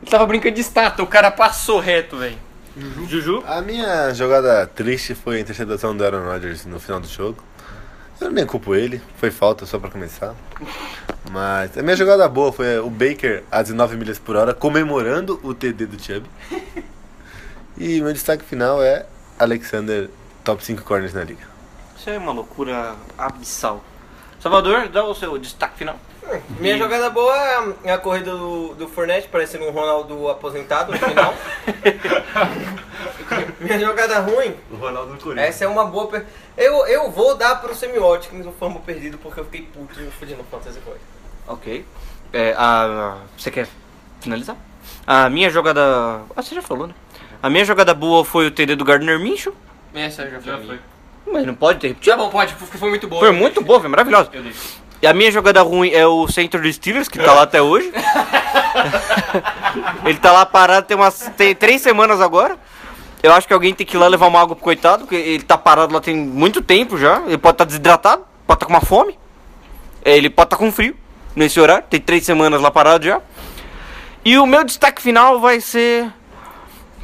S1: Ele tava brincando de estátua, o cara passou reto, velho.
S3: Bruno. A minha jogada triste foi a interceptação do Aaron Rodgers no final do jogo. Eu nem culpo ele, foi falta só pra começar. Mas a minha jogada boa foi o Baker a 19 milhas por hora comemorando o TD do Chubb. E meu destaque final é Alexander, top 5 corners na liga.
S2: Isso é uma loucura abissal. Salvador, dá o seu destaque final.
S4: Minha jogada boa é a corrida do, do Fournette, parecendo um Ronaldo aposentado no final. Minha jogada ruim,
S6: O Ronaldo do Corinthians.
S4: essa é uma boa. per- Eu, eu vou dar pro semióticos no fumble perdido porque eu fiquei puto e me fudi no Fantasy Boy.
S2: Ok. É, a, a- você quer finalizar? A minha jogada. Ah, você já falou, né? A minha jogada boa foi o TD do Gardner Minshew,
S1: Essa já foi.
S5: Já
S1: minha.
S5: foi.
S2: mas não pode ter repetido.
S1: Tá bom, pode, porque foi muito boa.
S2: Foi muito boa, foi maravilhosa.
S5: Eu deixo.
S2: E a minha jogada ruim é o centro do Steelers, que tá lá até hoje. Ele tá lá parado tem umas tem três semanas agora. Eu acho que alguém tem que ir lá levar uma água pro coitado, porque ele tá parado lá tem muito tempo já. Ele pode estar desidratado, pode estar com uma fome. É, Ele pode estar com frio nesse horário. Tem três semanas lá parado já. E o meu destaque final vai ser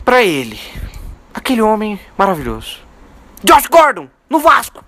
S2: pra ele. Aquele homem maravilhoso. Josh Gordon, no Vasco.